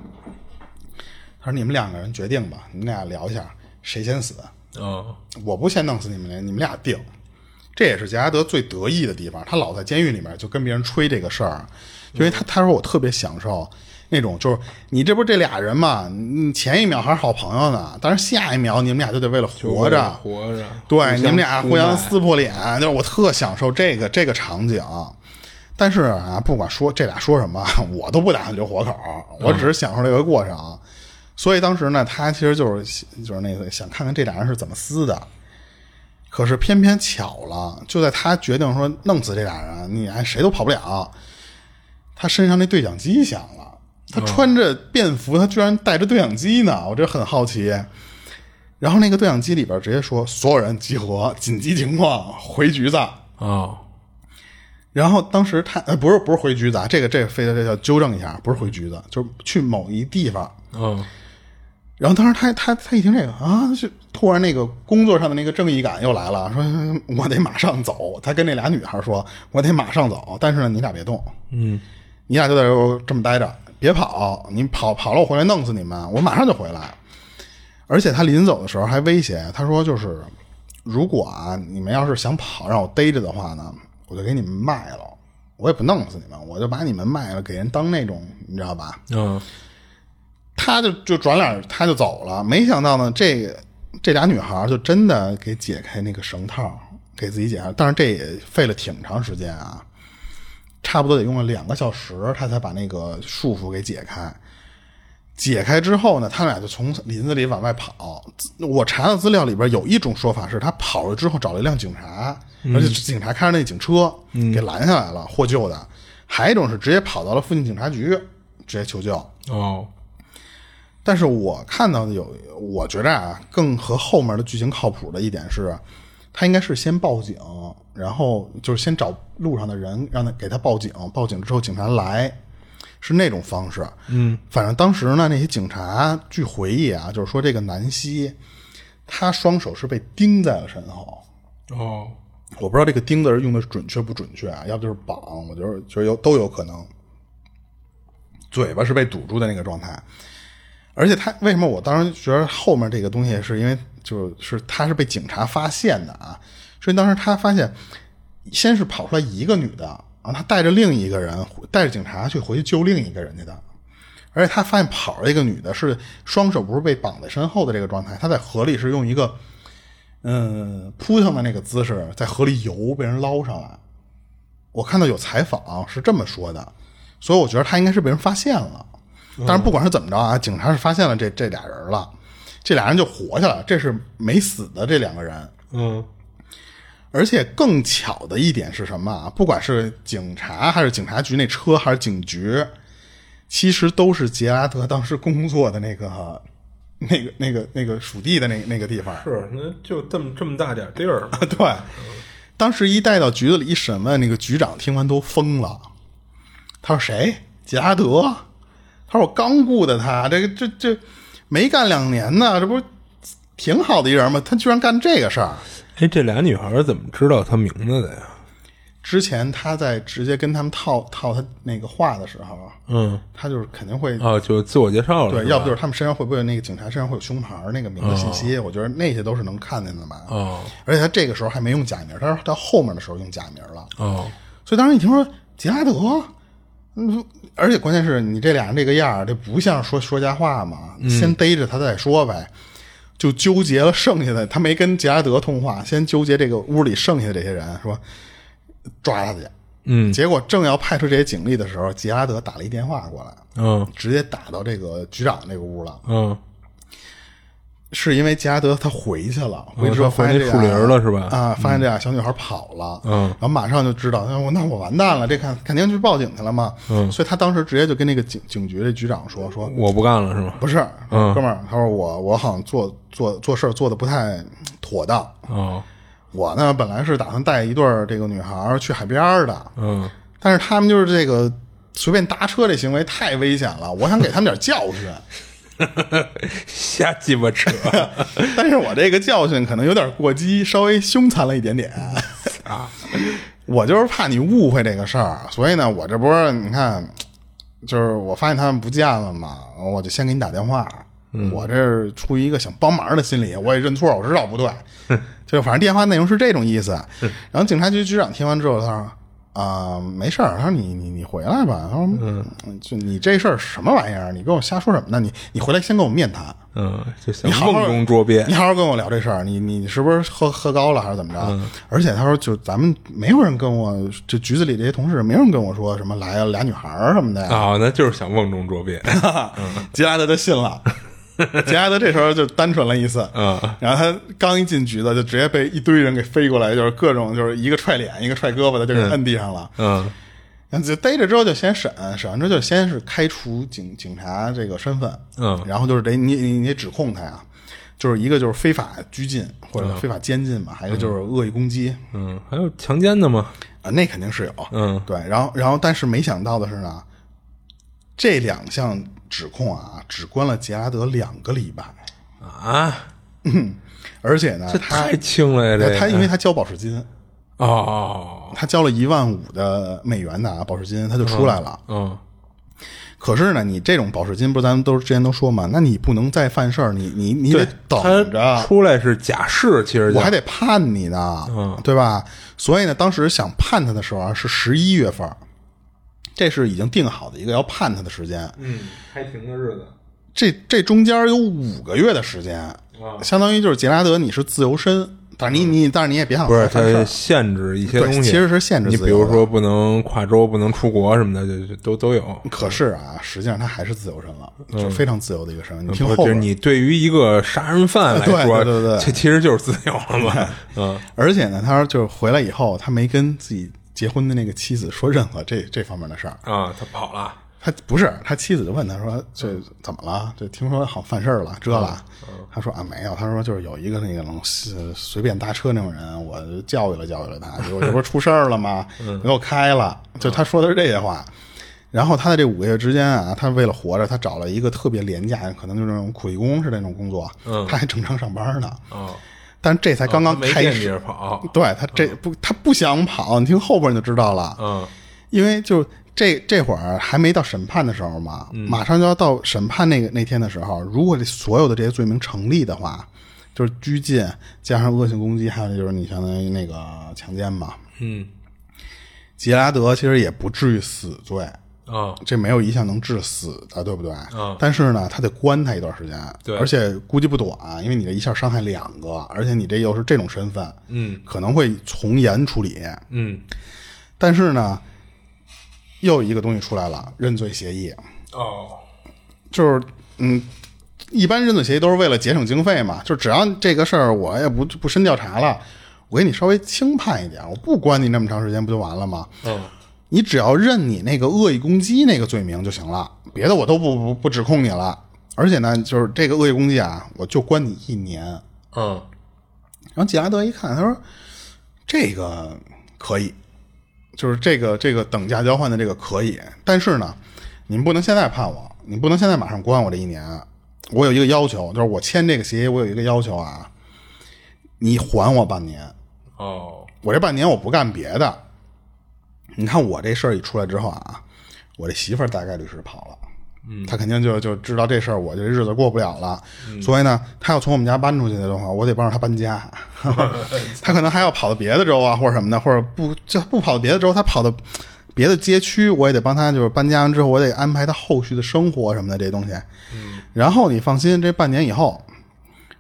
他说：“你们两个人决定吧，你们俩聊一下谁先死，啊我不先弄死你们俩，你们俩定。”这也是杰拉德最得意的地方，他老在监狱里面就跟别人吹这个事儿，因为他他说我特别享受那种，就是你这不是这俩人嘛，你前一秒还是好朋友呢，但是下一秒你们俩就得为了活着，活着，对，你们俩互相撕，撕破脸，就是我特享受这个这个场景。但是啊，不管说这俩说什么， (laughs) 我都不打算留活口，我只是享受这个过程。所以当时呢，他其实就是就是那个想看看这俩人是怎么撕的。可是偏偏巧了，就在他决定说弄死这俩人，你还谁都跑不了，他身上那对讲机响了。他穿着便服，他居然带着对讲机呢，我这很好奇。然后那个对讲机里哦边直接说：“所有人集合，紧急情况，回局子。啊”，然后当时他呃不是不是回局子啊，这个这个非得这要纠正一下，不是回局子，就是去某一地方。嗯，然后当时他他他一听这个啊，是突然那个工作上的那个正义感又来了，说嗯我得马上走。他跟那俩女孩说，我得马上走，但是呢，你俩别动，嗯，你俩就在这儿这么待着，别跑，你跑跑了我回来弄死你们，我马上就回来。而且他临走的时候还威胁，他说就是如果啊你们要是想跑让我逮着的话呢，我就给你们卖了，我也不弄死你们，我就把你们卖了给人当那种你知道吧？嗯，他就就转脸他就走了。没想到呢，这这俩女孩就真的给解开那个绳套，给自己解开。但是这也费了挺长时间啊，差不多得用了两个小时，他才把那个束缚给解开。解开之后呢，他俩就从林子里往外跑。资我查的资料里边有一种说法是，他跑了之后找了一辆警察，而且警察开着那警车、给拦下来了，获救的。还有一种是直接跑到了附近警察局，直接求救。哦，但是我看到的有，我觉着啊，更和后面的剧情靠谱的一点是，他应该是先报警，然后就是先找路上的人，让他给他报警，报警之后警察来，是那种方式。嗯，反正当时呢，那些警察据回忆啊，就是说这个南希，他双手是被钉在了身后。哦，我不知道这个“钉”字儿用的准确不准确啊，要不就是绑，我觉得觉得有都有可能。嘴巴是被堵住的那个状态，而且他为什么我当时觉得后面这个东西是因为就是他是被警察发现的啊，所以当时他发现先是跑出来一个女的啊，他带着另一个人带着警察去回去救另一个人去的，而且他发现跑了一个女的是双手不是被绑在身后的这个状态，他在河里是用一个。嗯，扑腾的那个姿势在河里游，被人捞上来。我看到有采访是这么说的，所以我觉得他应该是被人发现了。但是不管是怎么着啊，警察是发现了这这俩人了，这俩人就活下来了，这是没死的这两个人。嗯，而且更巧的一点是什么啊？不管是警察还是警察局那车，还是警局，其实都是杰拉德当时工作的那个、那个、那个、那个属地的那那个地方。是，那就这么这么大点地儿， (laughs) 对，当时一带到局子里一审问，那个局长听完都疯了。他说：“谁？杰拉德？”他说：“我刚雇的他，这个这这没干两年呢，这不是挺好的一人吗？他居然干这个事儿。 (laughs) 哎，这俩女孩怎么知道他名字的呀？之前他在直接跟他们套套他那个话的时候，嗯，他就是肯定会啊，就自我介绍了，对，是吧要不就是他们身上会不会有那个警察身上会有胸牌儿那个名字信息？我觉得那些都是能看见的吧。哦而且他这个时候还没用假名，他是到后面的时候用假名了。哦，所以当时一听说杰拉德，嗯，而且关键是你这俩人这个样儿，这不像说说瞎话嘛，先逮着他再说呗，就纠结了剩下的，他没跟杰拉德通话，先纠结这个屋里剩下的这些人，说抓他去。嗯结果正要派出这些警力的时候，杰拉德打了一电话过来，嗯直接打到这个局长那个屋了。嗯，是因为杰拉德他回去了，回去之后哦他回发现那这树俩林了是吧啊，发现这俩小女孩跑了，嗯然后马上就知道，那我那我完蛋了，这看肯定去报警去了嘛，嗯，所以他当时直接就跟那个警警局的局长说说，我不干了是吗？不是，嗯哥们儿，他说我我好像做做做事儿做的不太妥当，哦，我呢本来是打算带一对儿这个女孩儿去海边儿的，嗯， (laughs) 但是他们就是这个随便搭车这行为太危险了，我想给他们点教训。瞎鸡巴扯， (laughs) (laughs) 但是我这个教训可能有点过激，稍微凶残了一点点啊。我就是怕你误会这个事儿，啊所以呢，我这不是你看，就是我发现他们不见了嘛，我就先给你打电话。我这是出于一个想帮忙的心理，我也认错，我知道不对， (laughs) 就是反正电话内容是这种意思。然后警察局局长听完之后，他说。啊、没事儿。他说你你你回来吧。他说，嗯，就你这事儿什么玩意儿？啊你跟我瞎说什么呢？你你回来先跟我面谈。嗯，就像你好好瓮中捉鳖你，好好跟我聊这事儿，你你是不是喝喝高了还是怎么着？嗯而且他说，就咱们没有人跟我，就局子里这些同事没有人跟我说什么来了俩女孩儿什么的呀。啊，嗯那就是想瓮中捉鳖， (laughs) 杰拉德就信了，杰拉德这时候就单纯了一次，嗯然后他刚一进局子，就直接被一堆人给飞过来，就是各种就是一个踹脸，一个踹胳膊的，就给摁地上了。嗯然后就逮着之后就先审，审完之后就先是开除警警察这个身份，嗯然后就是得你你你得指控他呀。就是一个就是非法拘禁或者非法监禁嘛，还有一个就是恶意攻击，嗯，还有强奸的吗？啊，那肯定是有，嗯，对，然后然后但是没想到的是呢，这两项指控啊，只关了杰拉德两个礼拜，啊，而且呢，这他太轻了呀！他这他因为他交保释金，哦，他交了一万五的美元的啊保释金，他就出来了。嗯，可是呢，你这种保释金不是咱们都之前都说嘛，那你不能再犯事儿，你你你得等他着。出来是假释，其实我叫还得判你呢，嗯对吧？所以呢，当时想判他的时候啊，是十一月份儿，这是已经定好的一个要判他的时间。嗯开庭的日子这这中间有五个月的时间，啊相当于就是杰拉德你是自由身，但是你你但是你也别想嗯不是再犯事他儿限制一些对东西，其实是限制你自比由如的说不能跨州，不能出国什么的，就就都都有。可是啊，实际上他还是自由身了，就是非常自由的一个身份。你听嗯不后就是边，你对于一个杀人犯来对说，对对对这 (laughs) 其实就是自由了嘛。嗯，而且呢，他就是回来以后，他没跟自己结婚的那个妻子说任何这这方面的事儿。啊，他跑了，他不是他妻子就问他嗯说：“这怎么了？这听说好像犯事儿了，这了？”嗯他说：“啊，没有。”他说：“就是有一个那个能呃随便搭车那种人，我就教育了教育了他，结果这不是出事儿了 (laughs) 吗？嗯给我开了。”就他说的是这些话。然后他在这五个月之间啊，他为了活着，他找了一个特别廉价，可能就是那种苦力工似的那种工作，他还正常上班呢。嗯哦，但这才刚刚他没开惦记始，着跑，对他这不他不想跑，你听后边你就知道了。嗯因为就这这会儿还没到审判的时候嘛，嗯马上就要到审判那个那天的时候，如果这所有的这些罪名成立的话，就是拘禁加上恶性攻击，还有就是你相当于那个强奸嘛。嗯杰拉德其实也不至于死罪，啊，这没有一项能致死的，对不对？嗯但是呢，他得关他一段时间，对而且估计不短，因为你这一下伤害两个，而且你这又是这种身份，嗯，可能会从严处理，嗯但是呢，又有一个东西出来了，认罪协议，哦，就是嗯，一般认罪协议都是为了节省经费嘛，就只要这个事儿我也不不深调查了，我给你稍微轻判一点，我不关你那么长时间，不就完了吗？嗯你只要认你那个恶意攻击那个罪名就行了，别的我都不不不指控你了。而且呢，就是这个恶意攻击啊，我就关你一年。嗯然后杰拉德一看，他说：“这个可以，就是这个这个等价交换的这个可以，但是呢，你们不能现在判我，你不能现在马上关我这一年。我有一个要求，就是我签这个协议，我有一个要求啊，你还我半年。哦，我这半年我不干别的。你看我这事儿一出来之后啊，我这媳妇儿大概率是跑了，嗯，她肯定就就知道这事儿，我这日子过不了了。所以呢，她要从我们家搬出去的话，我得帮着她搬 (laughs) 家。她可能还要跑到别的州啊，或者什么的，或者不就不跑到别的州，她跑到别的街区，我也得帮她，就是搬家完之后，我得安排她后续的生活什么的这些东西。嗯，然后你放心，这半年以后，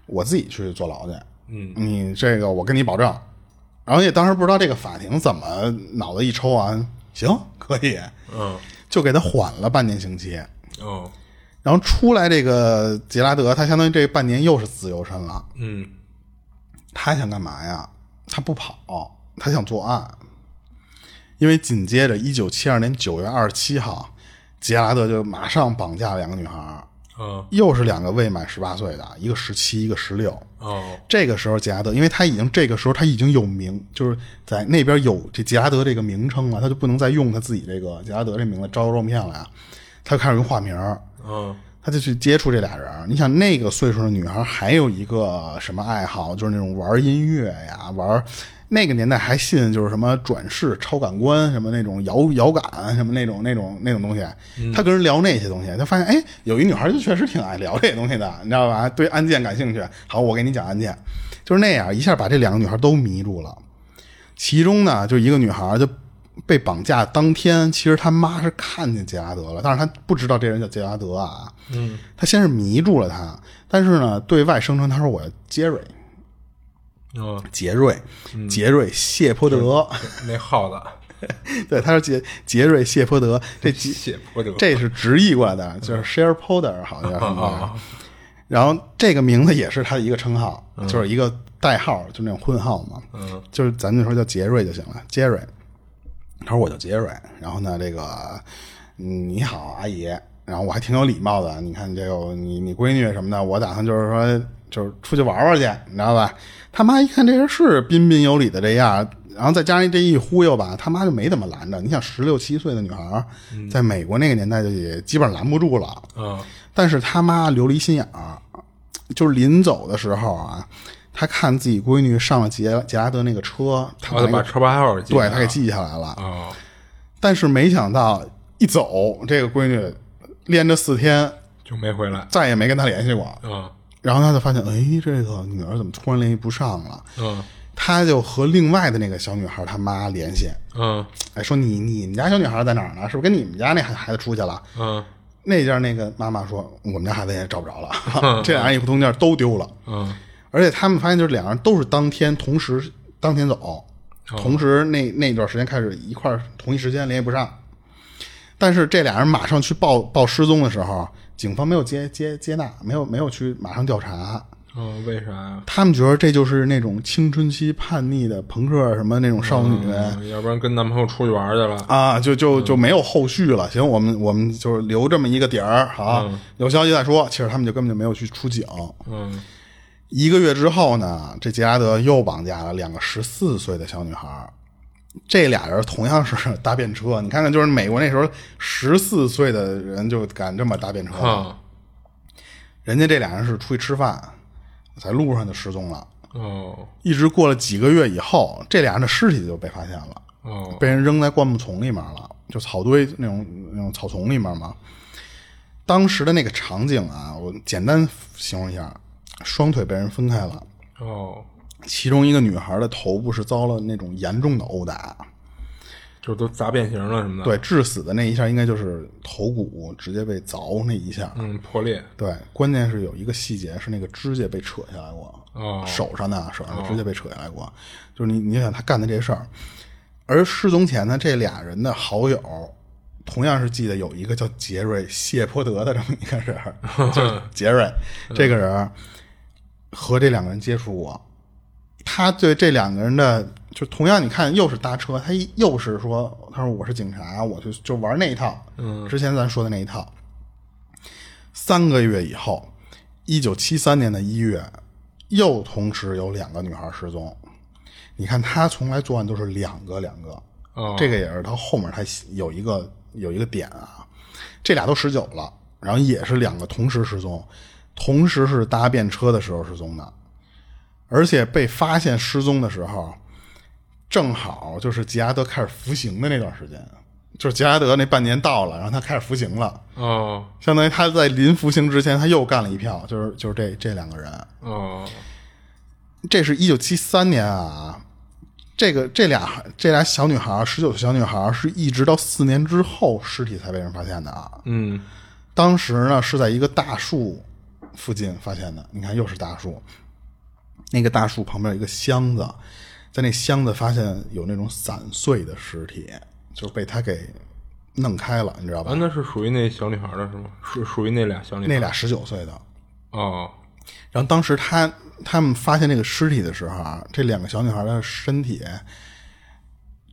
我自己去坐牢去。嗯，你这个我跟你保证。然后也当时不知道这个法庭怎么脑子一抽啊，行，可以，嗯就给他缓了半年刑期。哦，然后出来这个杰拉德，他相当于这半年又是自由身了。嗯他想干嘛呀？他不跑，他想作案。因为紧接着，一九七二年九月二十七号，杰拉德就马上绑架两个女孩，嗯又是两个未满十八岁的，一个十七，一个十六。哦，这个时候，杰拉德，因为他已经这个时候他已经有名，就是在那边有这杰拉德这个名称了，他就不能再用他自己这个杰拉德这名字招摇撞骗了呀，他就开始用化名儿，嗯他就去接触这俩人儿。你想那个岁数的女孩还有一个什么爱好，就是那种玩音乐呀，玩那个年代还信就是什么转世、超感官什么那种摇摇感什么那种那种那种东西，他跟人聊那些东西，他发现哎，有一女孩就确实挺爱聊这些东西的，你知道吧？对案件感兴趣，好，我给你讲案件，就是那样一下把这两个女孩都迷住了。其中呢，就一个女孩就被绑架当天，其实她妈是看见杰拉德了，但是她不知道这人叫杰拉德啊。嗯，她先是迷住了他，但是呢，对外声称他说我要杰瑞，哦，杰瑞，杰瑞谢泼德，那耗子 (laughs) 对，他说杰杰瑞谢泼德，这杰血泊者，这是直译过来的，就是 share powder 好像是什么啊的。然后这个名字也是他的一个称号，就是一个代号，就那种混号嘛。嗯就是咱就说叫杰瑞就行了，杰瑞。他说我叫杰瑞，然后呢，这个嗯你好阿姨，然后我还挺有礼貌的，你看这个你你闺女什么的，我打算就是说就是出去玩玩去，你知道吧？他妈一看这人是彬彬有礼的这样，然后再加上这一忽悠吧，他妈就没怎么拦着。你想，十六七岁的女孩儿，在美国那个年代就也基本上拦不住了。嗯，但是他妈琉璃心眼儿，就是临走的时候啊，他看自己闺女上了杰杰拉德那个车，哦他我得那哦把个车牌号给记对他给记记下来了。啊，但是没想到一走，这个闺女连着四天就没回来。再也没跟他联系过。嗯然后他就发现，哎，这个女儿怎么突然联系不上了？嗯他就和另外的那个小女孩他妈联系，嗯哎，说你你们家小女孩在哪儿呢？是不是跟你们家那孩孩子出去了？嗯那家那个妈妈说，我们家孩子也找不着了， (laughs) 这俩人一不通件都丢了。嗯，而且他们发现，就是两人都是当天同时当天走，同时那那段时间开始一块儿同一时间联系不上。但是这俩人马上去报报失踪的时候，警方没有接接接纳，没有没有去马上调查。嗯，为啥呀？他们觉得这就是那种青春期叛逆的朋克什么那种少女、嗯要不然跟男朋友出去玩去了。啊，就就就没有后续了。行，我们我们就是留这么一个底儿，好，有消息再说。其实他们就根本就没有去出警。嗯一个月之后呢，这杰拉德又绑架了两个十四岁的小女孩儿。这俩人同样是 (laughs) 搭便车，你看看，就是美国那时候十四岁的人就敢这么搭便车，啊人家这俩人是出去吃饭，在路上就失踪了。哦一直过了几个月以后，这俩人的尸体就被发现了，哦被人扔在灌木丛里面了，就草堆那种那种草丛里面嘛。当时的那个场景啊，我简单形容一下：双腿被人分开了，哦，其中一个女孩的头部是遭了那种严重的殴打，就都砸变形了什么的。，对，致死的那一下应该就是头骨直接被凿那一下。嗯，破裂。对，关键是有一个细节是那个指甲被扯下来过，哦手上的手上的指甲被扯下来过，就是你你想他干的这事儿。而失踪前呢，这俩人的好友同样是记得有一个叫杰瑞·谢泼德的这么一个人儿，就是杰瑞这个人儿和这两个人接触过，他对这两个人的就同样，你看又是搭车，他一又是说他说我是警察，我就就玩那一套，嗯，之前咱说的那一套。三个月以后，一九七三年的一月，又同时有两个女孩失踪。你看他从来作案都是两个两个，哦，这个也是他后面他有一个有一个点啊，这俩都十九了，然后也是两个同时失踪，同时是搭便车的时候失踪的，而且被发现失踪的时候，正好就是杰拉德开始服刑的那段时间，就是杰拉德那半年到了，然后他开始服刑了。哦相当于他在临服刑之前，他又干了一票，就是就是这这两个人，哦这是一九七三年啊，这个这俩这俩小女孩，十九岁小女孩是一直到四年之后尸体才被人发现的啊。嗯当时呢是在一个大树附近发现的，你看又是大树，那个大树旁边有一个箱子，在那箱子发现有那种散碎的尸体，就是被他给弄开了，你知道吧啊，？那是属于那小女孩的是吗？属属于那俩小女孩。那俩十九岁的，哦然后当时他他们发现这个尸体的时候啊，这两个小女孩的身体，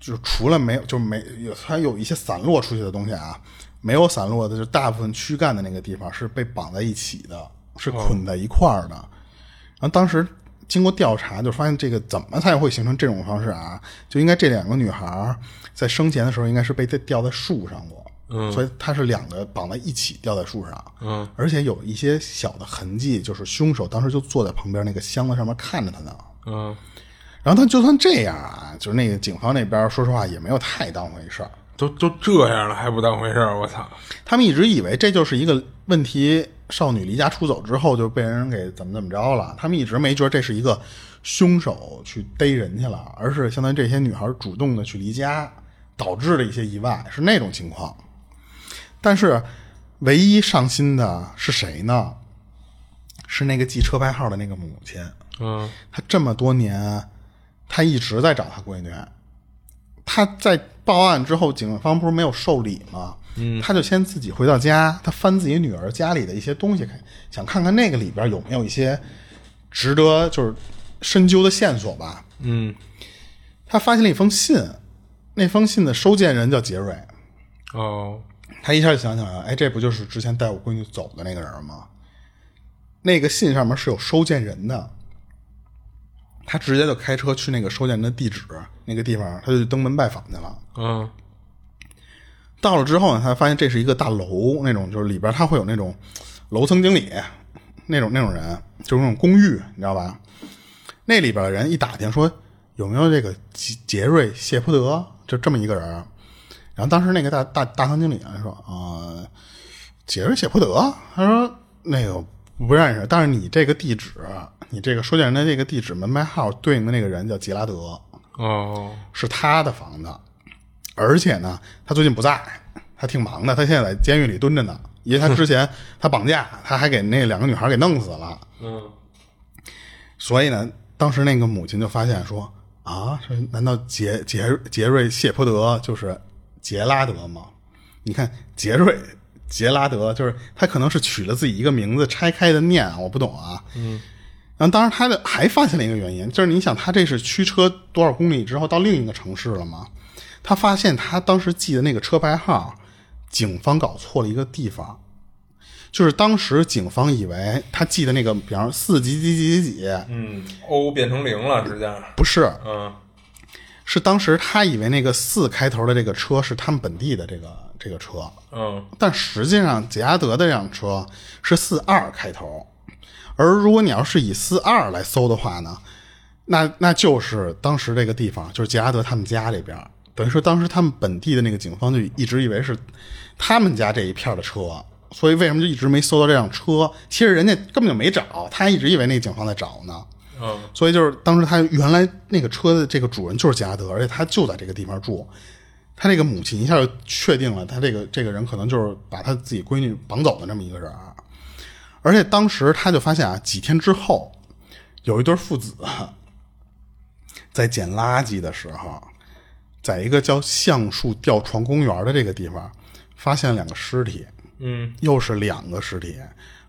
就除了没有，就没有，它有一些散落出去的东西啊，没有散落的，就大部分躯干的那个地方是被绑在一起的，是捆在一块儿的。然后当时经过调查，就发现这个怎么才会形成这种方式啊？就应该这两个女孩在生前的时候应该是被吊在树上过。嗯，所以她是两个绑在一起吊在树上，嗯，而且有一些小的痕迹，就是凶手当时就坐在旁边那个箱子上面看着她呢，嗯然后他就算这样啊，就是那个警方那边，说实话也没有太当回事儿。都都这样了还不当回事儿，我操！他们一直以为这就是一个问题，少女离家出走之后就被人给怎么怎么着了。他们一直没觉得这是一个凶手去逮人去了，而是相当于这些女孩主动的去离家，导致了一些意外，是那种情况。但是，唯一上心的是谁呢？是那个记车牌号的那个母亲。嗯他这么多年，他一直在找他闺女。他在报案之后，警方不是没有受理吗？嗯，他就先自己回到家，他翻自己女儿家里的一些东西，看想看看那个里边有没有一些值得就是深究的线索吧。嗯他发现了一封信，那封信的收件人叫杰瑞。哦他一下就想起来了，哎，这不就是之前带我闺女走的那个人吗？那个信上面是有收件人的，他直接就开车去那个收件人的地址那个地方，他就登门拜访去了。嗯到了之后呢，他发现这是一个大楼，那种就是里边他会有那种楼层经理那种那种人，就是那种公寓，你知道吧？那里边的人一打听说有没有这个杰杰瑞谢普德，就这么一个人儿。然后当时那个大大大堂经理啊说啊、呃杰瑞谢普德，他说那个不认识，但是你这个地址，你这个收件人的这个地址门牌号对应的那个人叫杰拉德，哦是他的房子，而且呢，他最近不在，他挺忙的，他现在在监狱里蹲着呢，因为他之前他绑架，他还给那两个女孩给弄死了，嗯所以呢，当时那个母亲就发现说啊，说难道杰杰杰瑞谢泼德就是杰拉德吗？你看杰瑞杰拉德就是他可能是取了自己一个名字拆开的念，我不懂啊，嗯。然后，当然，他的还发现了一个原因，就是你想，他这是驱车多少公里之后到另一个城市了吗？他发现他当时记的那个车牌号，警方搞错了一个地方，就是当时警方以为他记的那个，比方说四几几几几几，嗯，O 变成零了，直接不是，嗯是当时他以为那个四开头的这个车是他们本地的这个这个车，嗯但实际上杰拉德的这辆车是四二开头，而如果你要是以四二来搜的话呢，那那就是当时这个地方就是杰拉德他们家里边儿，等于说当时他们本地的那个警方就一直以为是他们家这一片儿的车，所以为什么就一直没搜到这辆车？其实人家根本就没找，他还一直以为那个警方在找呢。嗯所以就是当时他原来那个车的这个主人就是杰拉德，而且他就在这个地方住。他这个母亲一下就确定了，他这个这个人可能就是把他自己闺女绑走的这么一个人啊。而且当时他就发现啊，几天之后，有一对父子在捡垃圾的时候，在一个叫橡树吊床公园的这个地方，发现了两个尸体。嗯又是两个尸体，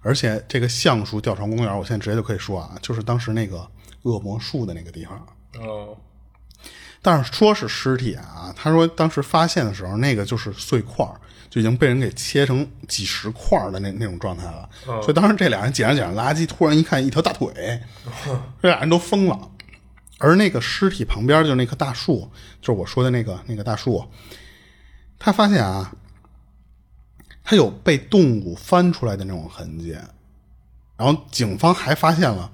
而且这个橡树吊床公园，我现在直接就可以说啊，就是当时那个恶魔树的那个地方。啊哦但是说是尸体啊，他说当时发现的时候，那个就是碎块儿，就已经被人给切成几十块儿的那那种状态了。所以当时这俩人捡着捡着垃圾，突然一看一条大腿，这俩人都疯了。而那个尸体旁边就是那棵大树，就是我说的那个那个大树，他发现啊，他有被动物翻出来的那种痕迹，然后警方还发现了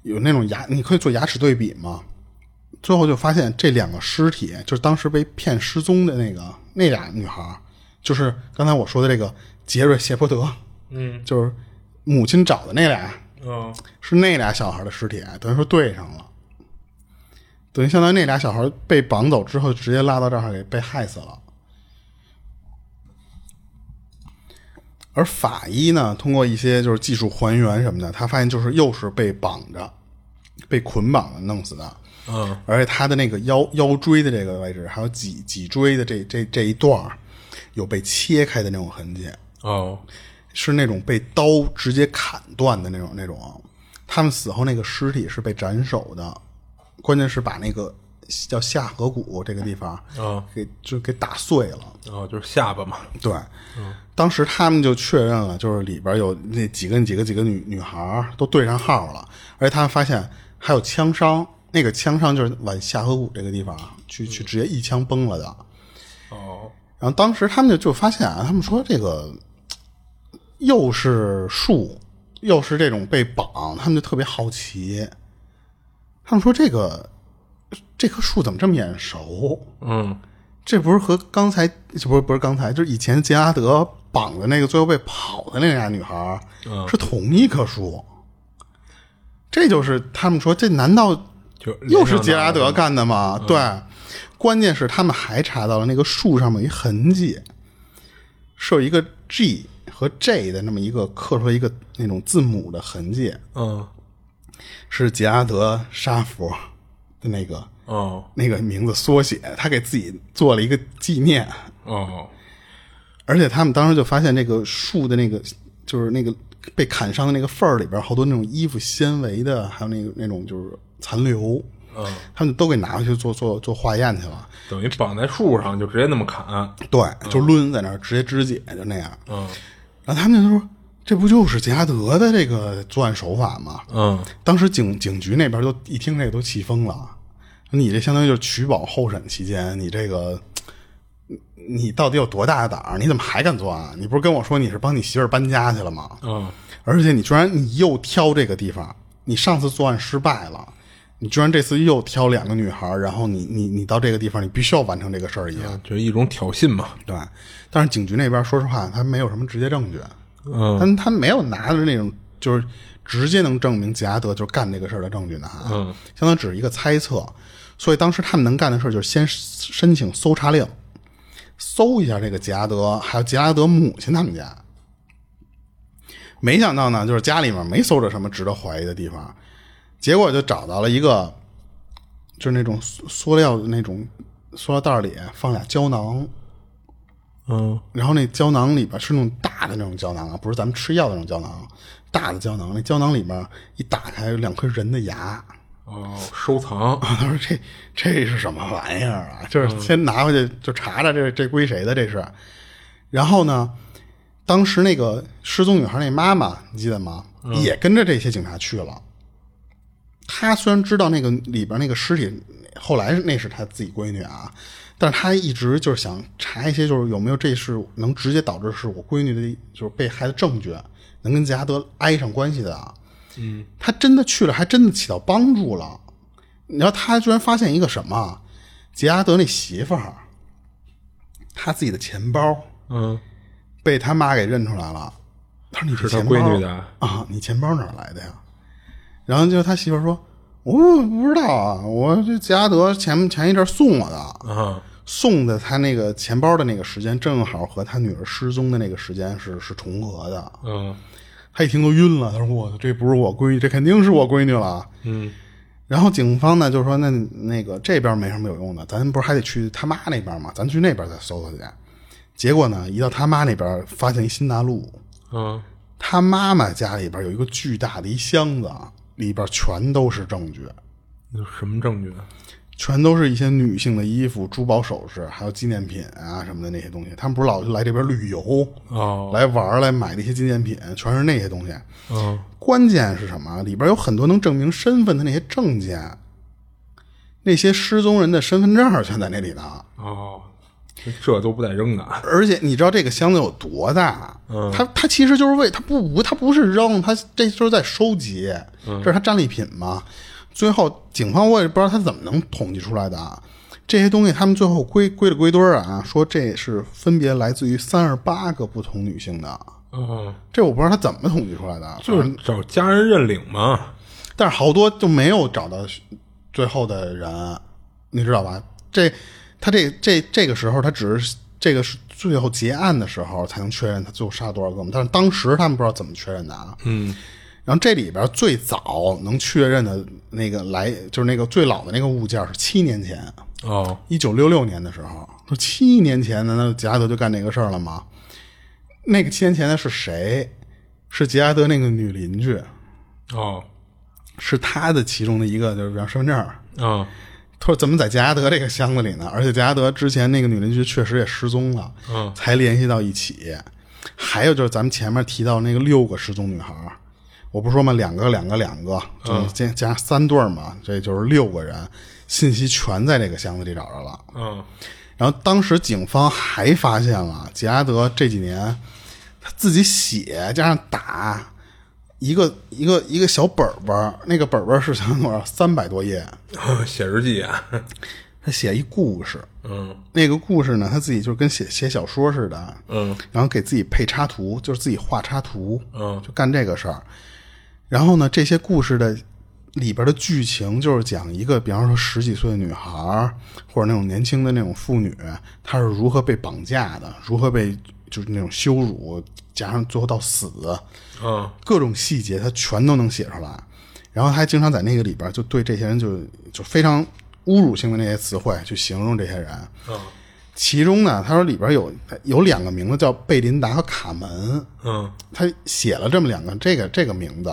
有那种牙，你可以做牙齿对比嘛。最后就发现这两个尸体，就是当时被骗失踪的那个那俩女孩儿，就是刚才我说的这个杰瑞谢泼德，嗯就是母亲找的那俩，哦是那俩小孩的尸体，等于说对上了，等于相当于那俩小孩被绑走之后，直接拉到这儿给被害死了。而法医呢，通过一些就是技术还原什么的，他发现就是又是被绑着、被捆绑的弄死的，嗯而且他的那个腰腰椎的这个位置，还有脊脊椎的这这这一段儿有被切开的那种痕迹。哦是那种被刀直接砍断的那种那种。他们死后那个尸体是被斩首的，关键是把那个叫下颌骨这个地方哦给就给打碎了。哦，就是下巴嘛，对，当时他们就确认了，就是里边有那几个几个几个女女孩儿都对上号了，而且他们发现还有枪伤，那个枪伤就是往下颌骨这个地方啊去去直接一枪崩了的。哦然后当时他们就就发现啊，他们说这个嘖又是树，又是这种被绑，他们就特别好奇。他们说这个这棵树怎么这么眼熟？嗯这不是和刚才这不是不是刚才，就是以前杰拉德绑的那个最后被跑的那俩女孩儿、是同一棵树。这就是他们说，这难道就又是杰拉德干的吗？对，关键是他们还查到了那个树上面有一痕迹，是有一个 G 和 J 的那么一个刻出来一个那种字母的痕迹，嗯是杰拉德沙佛的那个哦那个名字缩写，他给自己做了一个纪念。哦而且他们当时就发现那个树的那个就是那个被砍伤的那个缝儿里边儿好多那种衣服纤维的，还有那个那种就是残留。嗯，他们都给拿回去做做做化验去了，等于绑在树上就直接那么砍，对，就抡在那儿直接肢解就那样。嗯然后他们就说：“这不就是杰拉德的这个作案手法吗？嗯，当时警警局那边都一听这个都气疯了，你这相当于就是取保候审期间，你这个你你到底有多大的胆儿？你怎么还敢作案？你不是跟我说你是帮你媳妇儿搬家去了吗？嗯，而且你居然你又挑这个地方，你上次作案失败了，你居然这次又挑两个女孩儿，然后你你你到这个地方，你必须要完成这个事儿一样，就是一种挑衅嘛。对。但是警局那边说实话，他没有什么直接证据，嗯他他没有拿着那种就是直接能证明杰拉德就干这个事儿的证据拿，啊嗯，相当于只是一个猜测。所以当时他们能干的事儿就是先申请搜查令，搜一下这个杰拉德，还有杰拉德母亲他们家。没想到呢，就是家里面没搜着什么值得怀疑的地方，结果就找到了一个，就是那种塑塑料的那种塑料袋里放俩胶囊，嗯然后那胶囊里边是那种大的那种胶囊啊，不是咱们吃药的那种胶囊，大的胶囊。那胶囊里面一打开有两颗人的牙，哦，收藏啊，他说这这是什么玩意儿啊？就是先拿回去就查查这这归谁的这是。然后呢，当时那个失踪女孩那妈妈，你记得吗？也跟着这些警察去了。她虽然知道那个里边那个尸体后来那是她自己闺女啊，但是她一直就是想查一些，就是有没有这是能直接导致是我闺女的，就是被害的证据，能跟杰拉德挨上关系的啊。嗯，她真的去了，还真的起到帮助了。你知道他居然发现一个什么？啊杰拉德那媳妇儿，他自己的钱包嗯被他妈给认出来了。他说：“你这是他钱包闺女的啊？你钱包哪儿来的呀？”然后就他媳妇儿说：“我不不知道啊，我这杰拉德前前一阵儿送我的，啊送的他那个钱包的那个时间正好和他女儿失踪的那个时间是是重合的。”嗯他一听都晕了，他说：“我这不是我闺女，这肯定是我闺女了。”啊嗯，然后警方呢就说：“那那个这边没什么有用的，咱不是还得去他妈那边吗？咱去那边再搜搜去。”结果呢，一到他妈那边，发现一新大陆。嗯他妈妈家里边有一个巨大的一箱子，里边全都是证据，那什么证据？全都是一些女性的衣服、珠宝首饰，还有纪念品啊什么的那些东西。他们不是老来这边旅游、哦，来玩儿、来买这些纪念品，全是那些东西。嗯关键是什么？里边有很多能证明身份的那些证件，那些失踪人的身份证儿全在那里呢。哦，这都不带扔的。而且你知道这个箱子有多大？嗯，他他其实就是为他不不他不是扔，他这就是在收集，这是他战利品嘛。最后警方我也不知道他怎么能统计出来的啊。这些东西他们最后归归了归堆儿啊，说这是分别来自于三十八个不同女性的，嗯，这我不知道他怎么统计出来的，啊就是找家人认领嘛。但是好多就没有找到最后的人，你知道吧？这他这这这个时候，他只是这个是最后结案的时候才能确认他最后杀了多少个嘛。但是当时他们不知道怎么确认的啊。嗯。然后这里边最早能确认的那个来就是那个最老的那个物件是七年前，哦，一九六六年的时候，说七年前难道杰拉德就干这个事儿了吗？那个七年前的是谁？是杰拉德那个女邻居。哦，是他的其中的一个，就是比方身份证儿。嗯，他说怎么在杰拉德这个箱子里呢？而且杰拉德之前那个女邻居确实也失踪了，嗯，才联系到一起。还有就是咱们前面提到那个六个失踪女孩儿，我不是说嘛，两个两个两个，就是加加三对儿嘛，这就是六个人，信息全在这个箱子里找着了。嗯，然后当时警方还发现了杰拉德这几年他自己写加上打一个一个一个小本本儿，那个本本儿是想多少 (laughs) 三百多页，写日记啊。 (laughs) 他写一故事，嗯那个故事呢他自己就跟写写小说似的，嗯，然后给自己配插图，就是自己画插图，嗯就干这个事儿。然后呢，这些故事的里边的剧情就是讲一个，比方说十几岁的女孩儿，或者那种年轻的那种妇女，她是如何被绑架的，如何被就是那种羞辱，加上最后到死，嗯各种细节他全都能写出来，然后他还经常在那个里边就对这些人就就非常侮辱性的那些词汇去形容这些人。嗯其中呢，他说里边有有两个名字叫贝琳达和卡门，嗯他写了这么两个这个这个名字，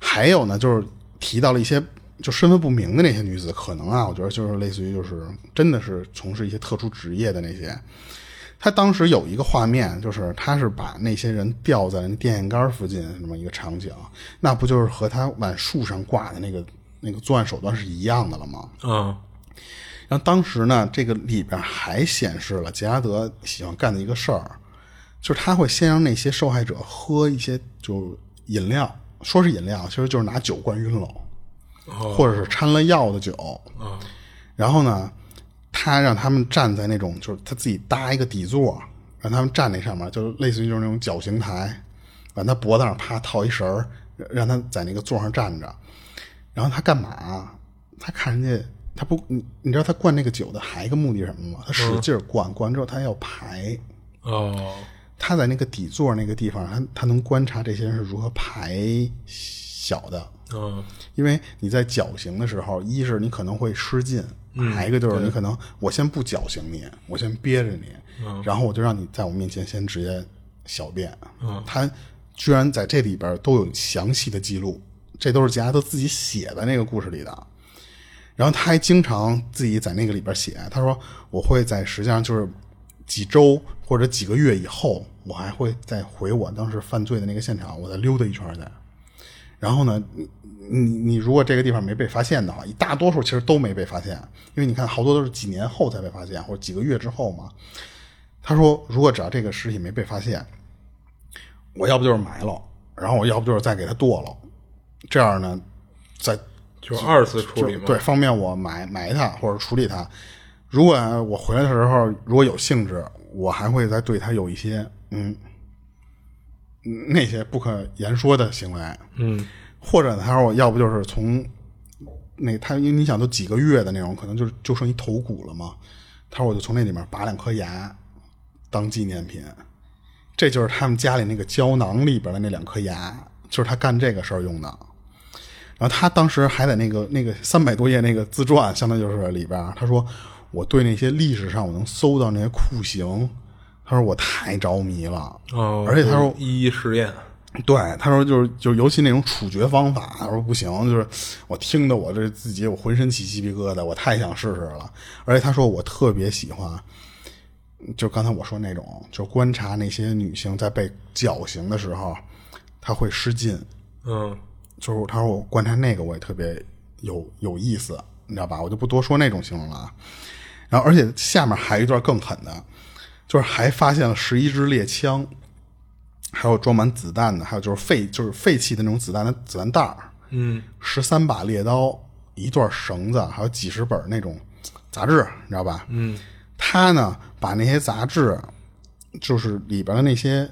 还有呢就是提到了一些就身份不明的那些女子，可能啊，我觉得就是类似于就是真的是从事一些特殊职业的那些，他当时有一个画面，就是他是把那些人吊在电线杆附近那么一个场景，那不就是和他往树上挂的那个那个作案手段是一样的了吗？嗯然后当时呢，这个里边还显示了杰拉德喜欢干的一个事儿，就是他会先让那些受害者喝一些就是饮料，说是饮料，其实就是拿酒灌晕了，或者是掺了药的酒。然后呢，他让他们站在那种就是他自己搭一个底座，让他们站那上面，就是类似于就是那种绞刑台，往他脖子上啪套一绳儿，让他在那个座上站着。然后他干嘛？他看人家，他不，你你知道他灌那个酒的还一个目的是什么吗？他使劲儿灌，灌完之后他要排。哦他在那个底座那个地方，他他能观察这些人是如何排小的，嗯因为你在绞刑的时候，一是你可能会失禁，还一个就是你可能我先不绞刑你，我先憋着你，然后我就让你在我面前先直接小便。他居然在这里边都有详细的记录，这都是杰拉德自己写的那个故事里的。然后他还经常自己在那个里边写，他说我会在实际上就是几周或者几个月以后，我还会再回我当时犯罪的那个现场，我再溜达一圈去。然后呢，你你你如果这个地方没被发现的话，大多数其实都没被发现，因为你看好多都是几年后才被发现，或者几个月之后嘛。他说，如果只要这个尸体没被发现，我要不就是埋了，然后我要不就是再给它剁了，这样呢，再就二次处理就嘛，对，方便我埋埋它或者处理它。如果我回来的时候如果有兴致，我还会再对它有一些嗯嗯那些不可言说的行为。嗯或者呢他说我要不就是从那他因为你想都几个月的那种，可能就是就剩一头骨了嘛。他说我就从那里面拔两颗牙当纪念品，这就是他们家里那个胶囊里边的那两颗牙，就是他干这个事儿用的。然后他当时还在那个那个三百多页那个自传，相当于就是里边儿，他说我对那些历史上我能搜到那些酷刑，他说我太着迷了，哦，而且他说一一实验，对，他说就是就是，尤其那种处决方法，他说不行，就是我听得我这自己我浑身起鸡皮疙瘩，我太想试试了。而且他说我特别喜欢，就刚才我说那种，就观察那些女性在被绞刑的时候，她会失禁，嗯就是他说我观察那个我也特别有有意思，你知道吧？我就不多说那种形容了啊。然后而且下面还有一段更狠的，就是还发现了十一支猎枪，还有装满子弹的，还有就是废就是废弃的那种子弹的子弹袋儿，嗯十三把猎刀，一段绳子，还有几十本那种杂志，你知道吧？嗯，他呢把那些杂志，就是里边的那些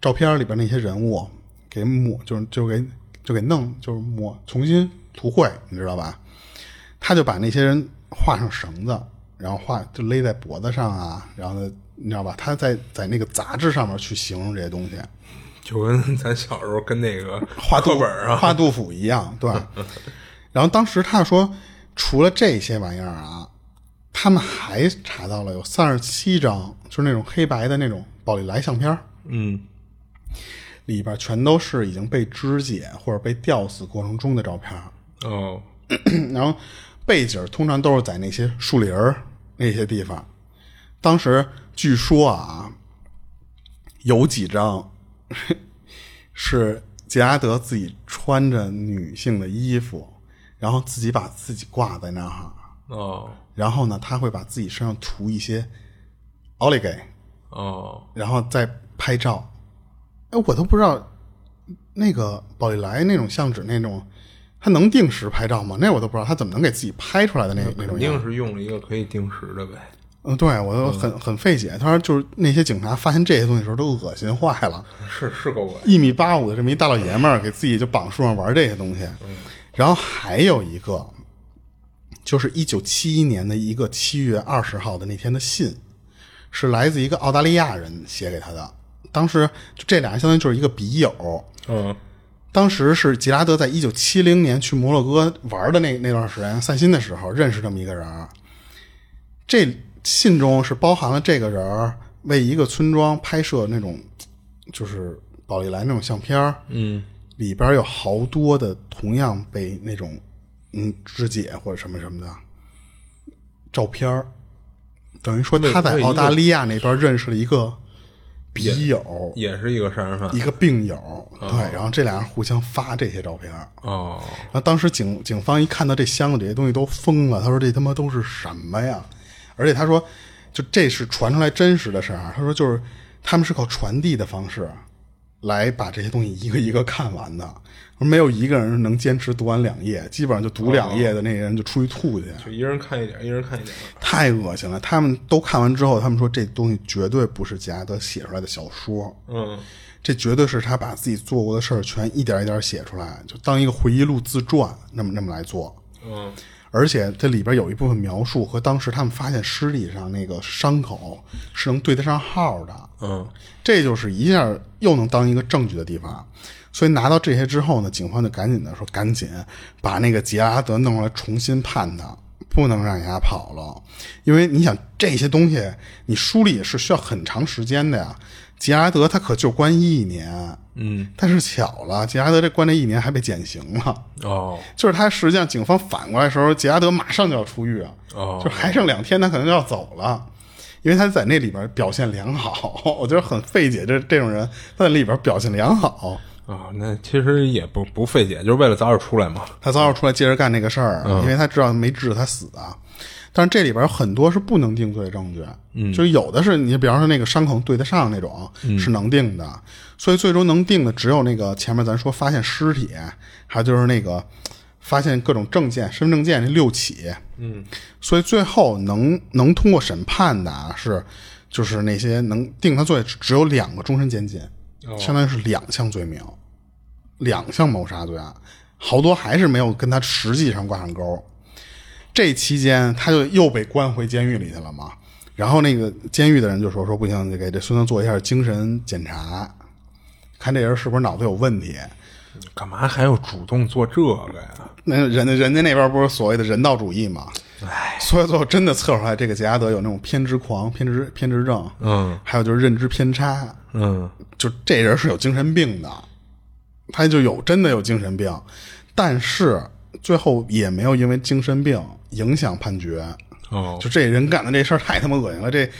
照片里边那些人物给抹，就是就给就给弄，就是抹重新涂绘，你知道吧？他就把那些人画上绳子，然后画就勒在脖子上啊，然后呢，你知道吧？他在在那个杂志上面去形容这些东西，就跟咱小时候跟那个画课杜本儿啊，画杜甫一样， (laughs) 对。然后当时他说，除了这些玩意儿啊，他们还查到了有三十七张，就是那种黑白的那种宝丽来相片儿，嗯里边全都是已经被肢解或者被吊死过程中的照片儿。哦然后背景通常都是在那些树林儿那些地方。当时据说啊，有几张 (laughs) 是杰拉德自己穿着女性的衣服，然后自己把自己挂在那儿，哦然后呢，他会把自己身上涂一些 o l i g a 哦，然后再拍照。哎，我都不知道那个宝丽来那种相纸那种，它能定时拍照吗？那我都不知道，它怎么能给自己拍出来的那那肯种定样？是用了一个可以定时的呗，嗯，对我都很很费解。他说，就是那些警察发现这些东西的时候都恶心坏了，是是够恶心，一米八五的这么一大老爷们儿给自己就绑树上玩这些东西。然后还有一个，就是一九七一年的一个七月二十号的那天的信，是来自一个澳大利亚人写给他的。当时就这俩人相当于就是一个笔友。嗯当时是吉拉德在一九七零年去摩洛哥玩的那那段时间散心的时候认识这么一个人儿。这信中是包含了这个人儿为一个村庄拍摄那种就是宝丽来那种相片儿，嗯里边有好多的同样被那种嗯肢解或者什么什么的照片儿，等于说他在澳大利亚那边认识了一个笔友，也是一个杀人犯一个病友，对，然后这俩人互相发这些照片。哦，然后当时警警方一看到这箱子里这些东西都疯了，他说这他妈都是什么呀？而且他说，就这是传出来真实的事儿啊。他说就是他们是靠传递的方式来把这些东西一个一个看完的，没有一个人能坚持读完两页，基本上就读两页的那人就出去吐去，就一人看一点，一人看一点。太恶心了。他们都看完之后，他们说这东西绝对不是杰拉德写出来的小说。嗯，这绝对是他把自己做过的事儿全一点一点写出来，就当一个回忆录自传那么那么来做。嗯，而且这里边有一部分描述和当时他们发现尸体上那个伤口是能对得上号的。嗯，这就是一下又能当一个证据的地方。啊所以拿到这些之后呢，警方就赶紧的说，赶紧把那个杰拉德弄出来重新判他，不能让人家跑了。因为你想这些东西，你梳理是需要很长时间的呀。杰拉德他可就关一年，嗯，但是巧了，杰拉德这关这一年还被减刑了。哦，就是他实际上警方反过来的时候，杰拉德马上就要出狱啊，哦就还剩两天，他可能就要走了，因为他在那里边表现良好， (laughs) 我觉得很费解这这种人他在里边表现良好，啊、那其实也不不费解，就是为了早点出来嘛。他早点出来接着干那个事儿，啊因为他知道没治他死啊。但是这里边有很多是不能定罪的证据，嗯，就是有的是你比方说那个伤口对得上那种、是能定的，所以最终能定的只有那个前面咱说发现尸体，还有就是那个发现各种证件、身份证件这六起，嗯，所以最后能能通过审判的啊是就是那些能定他罪只只有两个终身监禁，相当于是两项罪名，两项谋杀罪案，好多还是没有跟他实际上挂上钩。这期间，他就又被关回监狱里去了嘛。然后那个监狱的人就说：“说不行，得给这孙子做一下精神检查，看这人是不是脑子有问题。干嘛还要主动做这个呀？”那人家人家那边不是所谓的人道主义嘛？所以最后真的测出来，这个杰拉德有那种偏执狂、偏执偏执症，嗯还有就是认知偏差，嗯，就这人是有精神病的，他就有真的有精神病，但是最后也没有因为精神病影响判决。哦，就这人干的这事儿太他妈恶心了，这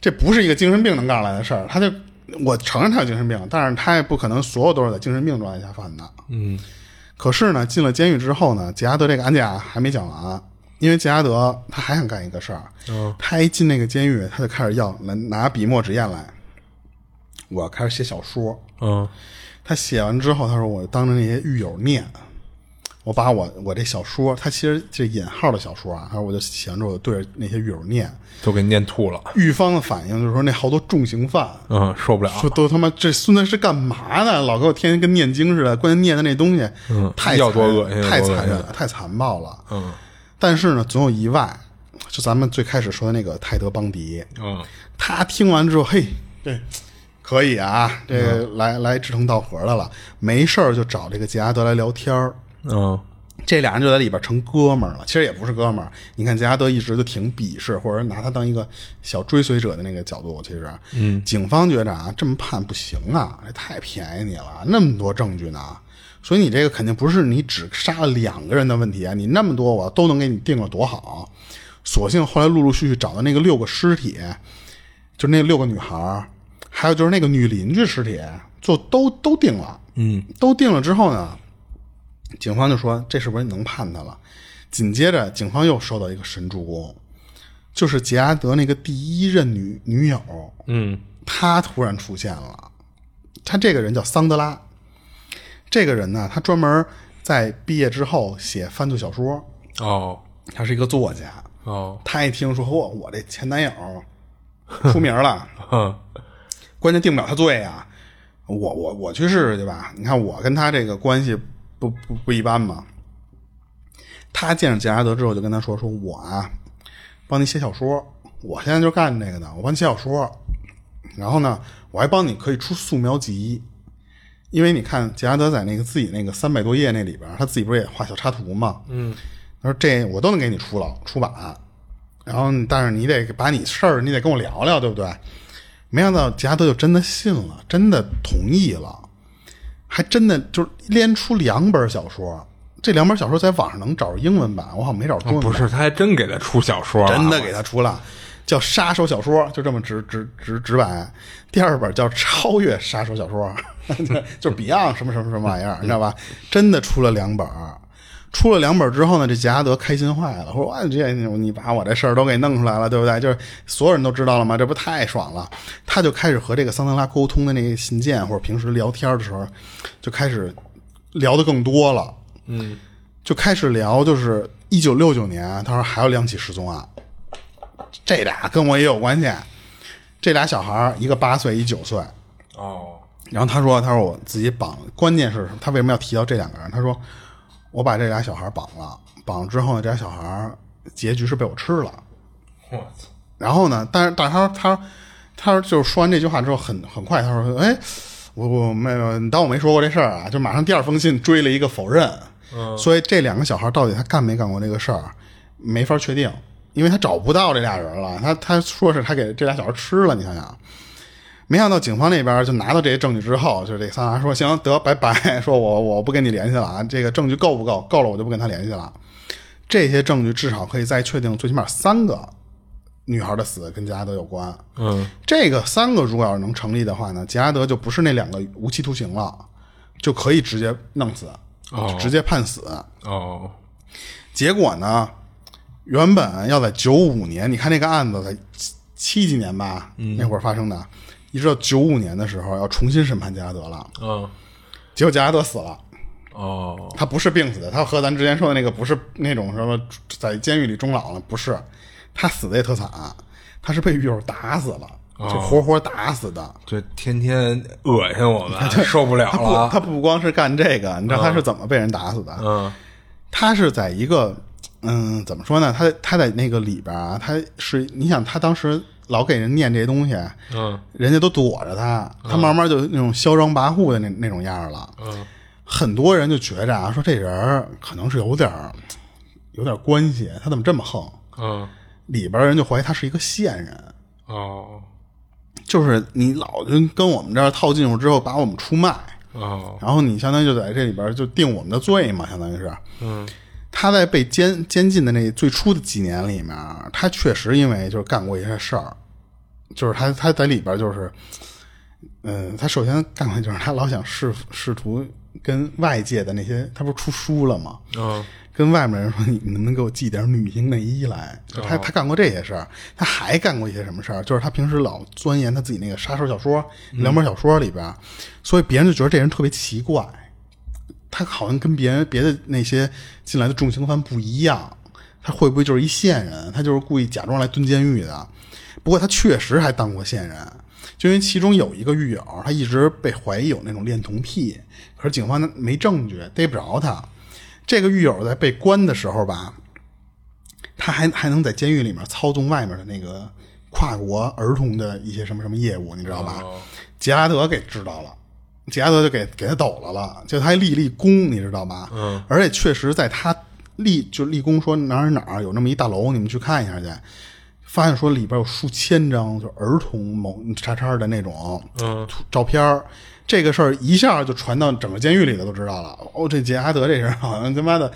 这不是一个精神病能干出来的事儿。他就我承认他有精神病，但是他也不可能所有都是在精神病状态下犯的。嗯可是呢，进了监狱之后呢，杰拉德这个案件啊还没讲完，因为杰拉德他还想干一个事儿，嗯他一进那个监狱，他就开始要拿拿笔墨纸砚来，我要开始写小说。嗯他写完之后，他说我当着那些狱友念，我把我我这小说，他其实这引号的小说啊，他说我就写完之后，我就对着那些狱友念。都给念吐了。狱方的反应就是说，那好多重刑犯嗯，受不了。说都他妈这孙子是干嘛呢？老给我天天跟念经似的，关键念的那东西，嗯太要多残恶心有太多恶残忍心了，太残暴了。嗯但是呢，总有意外，就咱们最开始说的那个泰德邦迪，嗯他听完之后，嘿，这可以啊，这个来来志同道合的了，没事儿就找这个杰拉德来聊天儿。嗯这俩人就在里边成哥们儿了，其实也不是哥们儿。你看杰拉德一直就挺鄙视，或者拿他当一个小追随者的那个角度。其实，嗯，警方觉着啊，这么判不行啊，这太便宜你了，那么多证据呢，所以你这个肯定不是你只杀了两个人的问题啊，你那么多我都能给你定了多好。索性后来陆陆续续找到那个六个尸体，就是那六个女孩儿，还有就是那个女邻居尸体，就都都定了。嗯，都定了之后呢，警方就说这是不是能判他了？紧接着，警方又收到一个神助攻，就是杰拉德那个第一任女女友，嗯她突然出现了。她这个人叫桑德拉，这个人呢，她专门在毕业之后写犯罪小说，哦她是一个作家。哦她一听说嚯，我这前男友出名了，嗯关键定不了他罪啊！我我我去试试去吧。你看我跟他这个关系不不不一般嘛。他见着杰拉德之后，就跟他说：“说我啊，帮你写小说，我现在就干这个呢，我帮你写小说。然后呢，我还帮你可以出素描集，因为你看杰拉德在那个自己那个三百多页那里边，他自己不是也画小插图嘛？嗯，他说这我都能给你出了出版，然后但是你得把你事儿你得跟我聊聊，对不对？没想到杰拉德就真的信了，真的同意了，还真的就是连出两本小说。这两本小哦说在网上能找着英文版，我好像没找着中文版。不是，他还真给他出小说了，啊真的给他出了。叫杀手小说，就这么直直直直白。第二本叫超越杀手小说， (laughs) 就是 Beyond 什么什么什么玩意儿，你知道吧？真的出了两本儿。出了两本之后呢，这杰拉德开心坏了，说：“哇，这你你把我这事儿都给弄出来了，对不对？就是所有人都知道了吗？这不太爽了。”他就开始和这个桑德拉沟通的那个信件，或者平时聊天的时候，就开始聊的更多了。嗯，就开始聊，就是一九六九年，他说还有两起失踪案，这俩跟我也有关系。这俩小孩儿，一个八岁，一九岁。哦，然后他说：“他说我自己绑，关键是他为什么要提到这两个人？他说我把这俩小孩绑了，绑了之后呢，这俩小孩结局是被我吃了。我操，然后呢，但是但是他说他说他说就是说完这句话之后很很快，他说哎，我我没有，你当我没说过这事儿啊？就马上第二封信追了一个否认。所以这两个小孩到底他干没干过这个事儿，啊没法确定，因为他找不到这俩人了。他他说是他给这俩小孩吃了，你想想。”没想到警方那边就拿到这些证据之后，就是这桑拿说行得拜拜，说我我不跟你联系了啊，这个证据够不够？够了我就不跟他联系了。这些证据至少可以再确定最起码三个女孩的死跟杰拉德有关。嗯，这个三个如果要是能成立的话呢，杰拉德就不是那两个无期徒刑了，就可以直接弄死，哦直接判死。哦，结果呢，原本要在九五年，你看那个案子才七七几年吧，那会儿发生的，一直到九五年的时候要重新审判杰拉德了，嗯，结果杰拉德死了。哦，他不是病死的，他和咱之前说的那个不是那种什么在监狱里终老了，不是，他死的也特惨，啊他是被狱友打死了，啊就活活打死的。这天天恶心我 (laughs) 们，受不了他不，了。他不光是干这个，你知道他是怎么被人打死的？嗯，他是在一个，嗯，怎么说呢？他他在那个里边啊，他是你想他当时老给人念这些东西，嗯，人家都躲着他，他慢慢就那种嚣张跋扈的那那种样儿了。嗯，很多人就觉着啊，说这人儿可能是有点儿有点儿关系，他怎么这么横？嗯，里边儿人就怀疑他是一个线人，哦，就是你老跟跟我们这儿套近乎之后，把我们出卖。哦，然后你相当于就在这里边儿就定我们的罪嘛，相当于是。嗯，他在被监监禁的那最初的几年里面，他确实因为就是干过一些事儿，就是他他在里边儿就是，嗯、他首先干过就是他老想试试图跟外界的那些，他不是出书了吗？嗯，跟外面人说你你能不能给我寄点女性内衣来？就他他干过这些事儿，他还干过一些什么事儿？就是他平时老钻研他自己那个杀手小说两本小说里边儿，所以别人就觉得这人特别奇怪，他好像跟别人别的那些进来的重刑犯不一样。他会不会就是一线人？他就是故意假装来蹲监狱的？不过他确实还当过线人，就因为其中有一个狱友，他一直被怀疑有那种恋童癖，可是警方呢没证据，逮不着他。这个狱友在被关的时候吧，他还还能在监狱里面操纵外面的那个跨国儿童的一些什么什么业务，你知道吧？杰拉德给知道了，杰拉德就给给他抖了了，就他还立立功，你知道吧？嗯，而且确实在他立就立功说哪儿哪儿有那么一大楼，你们去看一下去。发现说里边有数千张就儿童某叉叉的那种嗯图照片儿这个事儿一下就传到整个监狱里头都知道了。哦，这杰拉德这人好像他妈的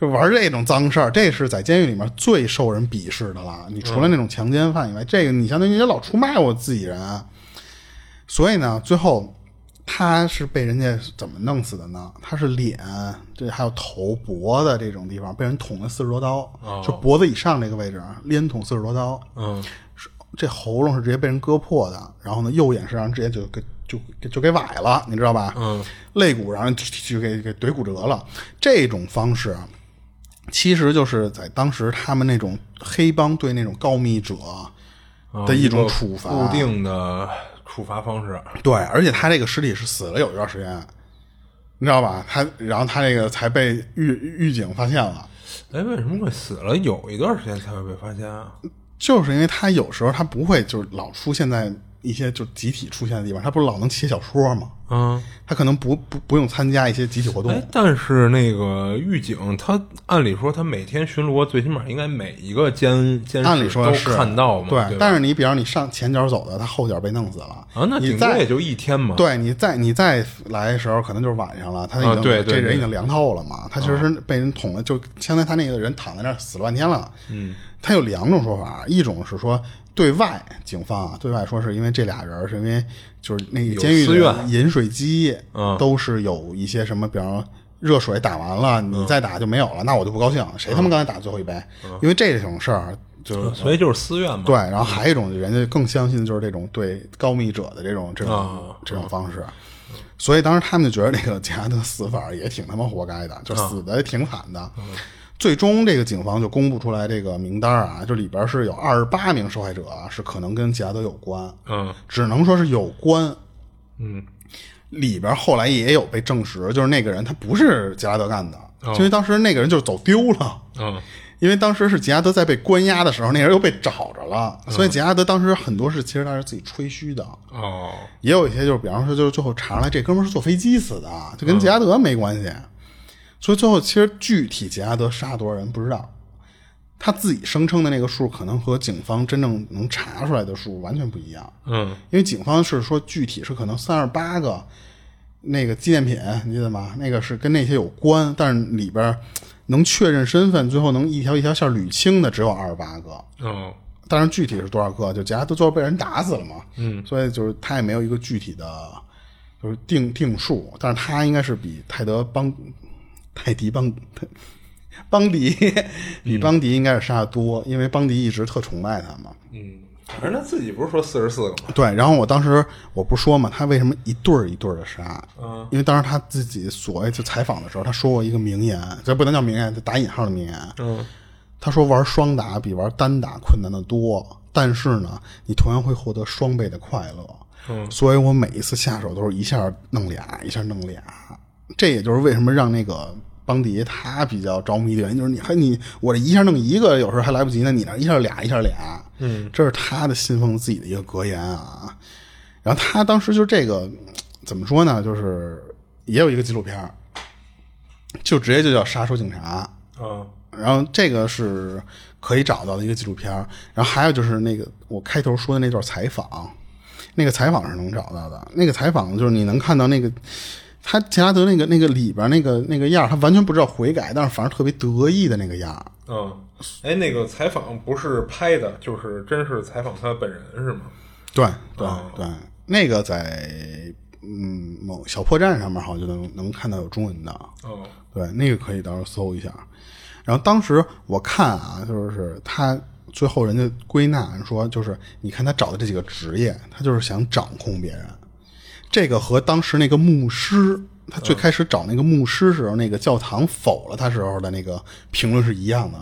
就玩这种脏事儿，这是在监狱里面最受人鄙视的了。你除了那种强奸犯以外，这个你相当于也老出卖我自己人，啊所以呢，最后他是被人家怎么弄死的呢？他是脸，这还有头、脖子这种地方被人捅了四十多刀，哦就脖子以上这个位置啊连捅四十多刀。嗯，是这喉咙是直接被人割破的，然后呢，右眼是让人直接就给就就就给崴了，你知道吧？嗯，肋骨让人就就给给怼骨折了。这种方式啊，其实就是在当时他们那种黑帮对那种告密者的一种处罚，啊固定的处罚方式。对，而且他这个尸体是死了有一段时间，你知道吧？他然后他这个才被狱狱警发现了，哎，为什么会死了有一段时间才会被发现啊？就是因为他有时候他不会就是老出现在一些就集体出现的地方，他不是老能写小说吗？嗯，他可能不不不用参加一些集体活动，哎，但是那个狱警他按理说他每天巡逻，最起码应该每一个监监按理视说都是看到嘛，对吧，但是你比方你上前脚走的，他后脚被弄死了啊，那你顶多再也就一天嘛。对你再你再来的时候，可能就是晚上了，他已经、啊对对这人对已经凉透了嘛，他其实被人捅了，就相当于他那个人躺在那儿死了半天了。嗯，他有两种说法，一种是说对外警方啊，对外说是因为这俩人是因为就是那个有监狱私里的怨饮水机嗯都是有一些什么，比方热水打完了，嗯你再打就没有了，那我就不高兴，谁他妈刚才打最后一杯？因为这种事儿 (laughs) 就是嗯所以就是私怨嘛。对，然后还有一种人家更相信就是这种对高密者的这种这种啊嗯这种方式，所以当时他们就觉得这个杰拉德死法也挺他妈活该的，就啊死的也挺惨的。嗯最终，这个警方就公布出来这个名单啊，就里边是有二十八名受害者啊是可能跟杰拉德有关，嗯只能说是有关。嗯，里边后来也有被证实，就是那个人他不是杰拉德干的，哦因为当时那个人就是走丢了。嗯因为当时是杰拉德在被关押的时候，那人又被找着了，所以杰拉德当时很多事其实他是自己吹嘘的，哦，也有一些就是比方说就是最后查出来这哥们儿是坐飞机死的，就跟杰拉德没关系，所以最后其实具体杰拉德杀多少人不知道，他自己声称的那个数可能和警方真正能查出来的数完全不一样，嗯因为警方是说具体是可能三十八个那个纪念品，你记得吗？那个是跟那些有关，但是里边儿能确认身份，最后能一条一条线捋清的只有二十八个。嗯但是具体是多少个，就加都最后被人打死了嘛。嗯，所以就是他也没有一个具体的，就是定定数。但是他应该是比泰德邦、泰迪邦、 (laughs) 泰邦迪比邦迪应该是杀的多，因为邦迪一直特崇拜他嘛。嗯，反正他自己不是说四十四个吗？对，然后我当时我不是说嘛，他为什么一对儿一对儿的杀？嗯，因为当时他自己所谓就采访的时候，他说过一个名言，这不能叫名言，就打引号的名言。嗯，他说玩双打比玩单打困难的多，但是呢，你同样会获得双倍的快乐。嗯，所以我每一次下手都是一下弄俩，一下弄俩。这也就是为什么让那个邦迪他比较着迷的原因，就是你还你我这一下弄一个，有时候还来不及呢，你那一下俩一下俩，嗯，这是他的信奉自己的一个格言啊。然后他当时就这个嗯怎么说呢，就是也有一个纪录片儿，就直接就叫《杀手警察》。嗯然后这个是可以找到的一个纪录片儿，然后还有就是那个我开头说的那段采访，那个采访是能找到的。那个采访就是你能看到那个他杰拉德那个那个里边那个那个样儿，他完全不知道悔改，但是反而特别得意的那个样儿。嗯，哎，那个采访不是拍的，就是真是采访他本人是吗？对对哦对，啊那个在嗯某小破站上面好像就能能看到有中文的。哦，对，那个可以到时候搜一下。然后当时我看啊，就是他最后人家归纳说，就是你看他找的这几个职业，他就是想掌控别人。这个和当时那个牧师，他最开始找那个牧师时候，那个教堂否了他时候的那个评论是一样的。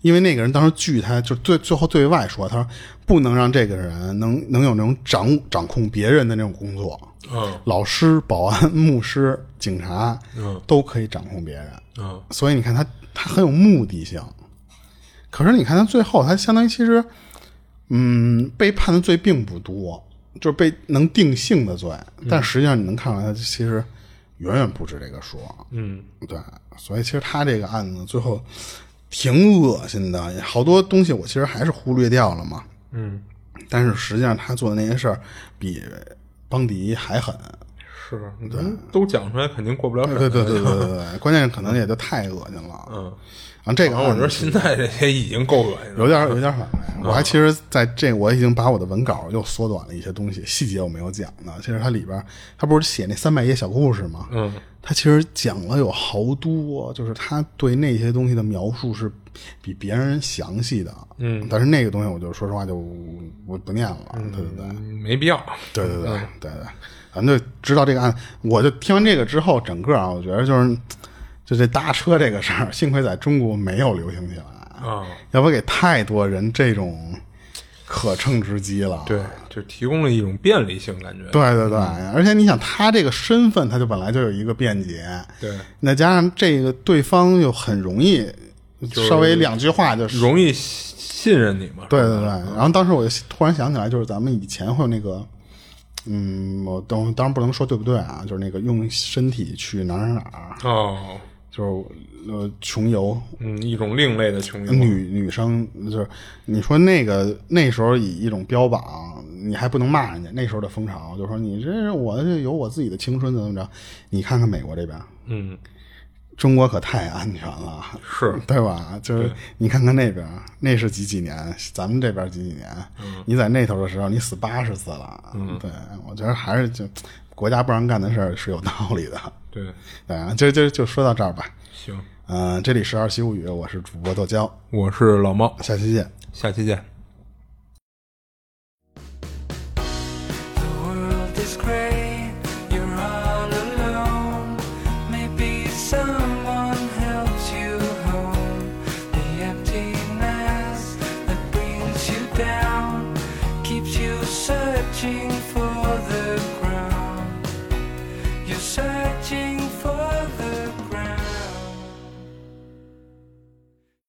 因为那个人当时据他就最最后对外说，他说不能让这个人能能有那种掌掌控别人的那种工作。嗯老师、保安、牧师、警察，嗯都可以掌控别人。嗯所以你看他，他很有目的性。可是你看他最后，他相当于其实，嗯，被判的罪并不多，就是被能定性的罪，嗯但实际上你能看出来，他其实远远不止这个数。嗯，对，所以其实他这个案子最后挺恶心的，好多东西我其实还是忽略掉了嘛。嗯，但是实际上他做的那些事儿比邦迪还狠。是，嗯都讲出来肯定过不了审。对对对对对对，关键是可能也就太恶心了。嗯，然后这个然后我案觉得嗯子现在这些已经够恶心了。有点有点反胃。我还其实在这，我已经把我的文稿又缩短了一些东西，细节我没有讲呢。其实它里边，它不是写那三百页小故事吗？嗯，它其实讲了有好多，就是他对那些东西的描述是比别人详细的。嗯，但是那个东西我就说实话就我不念了。对对对。嗯没必要。对对对对对，咱就知道这个案。我就听完这个之后，整个啊，我觉得就是，就这搭车这个事儿，幸亏在中国没有流行起来，啊，要不给太多人这种可乘之机了。对，就提供了一种便利性感觉。对对对，而且你想，他这个身份，他就本来就有一个便捷，对，再加上这个对方又很容易，是稍微两句话就是容易信任你嘛。对对对，然后当时我就突然想起来，就是咱们以前会有那个，嗯，我当当然不能说对不对啊，就是那个用身体去哪儿哪儿哪儿，哦，就是呃穷游，嗯，一种另类的穷游。女女生就是你说那个那时候以一种标榜，你还不能骂人家，那时候的风潮就说你这是我这有我自己的青春怎么着？你看看美国这边，嗯，中国可太安全了，是对吧？就是你看看那边，那是几几年，咱们这边几几年，你在那头的时候，你死八十次了。嗯，对，我觉得还是就国家不让干的事儿是有道理的。对，对啊，就就就说到这儿吧。行，嗯、这里是二七物语，我是主播豆椒，我是老猫，下期见。下期见。 The world is great, you're all alone. Maybe someone helps you home. The emptiness that brings you down keeps you searching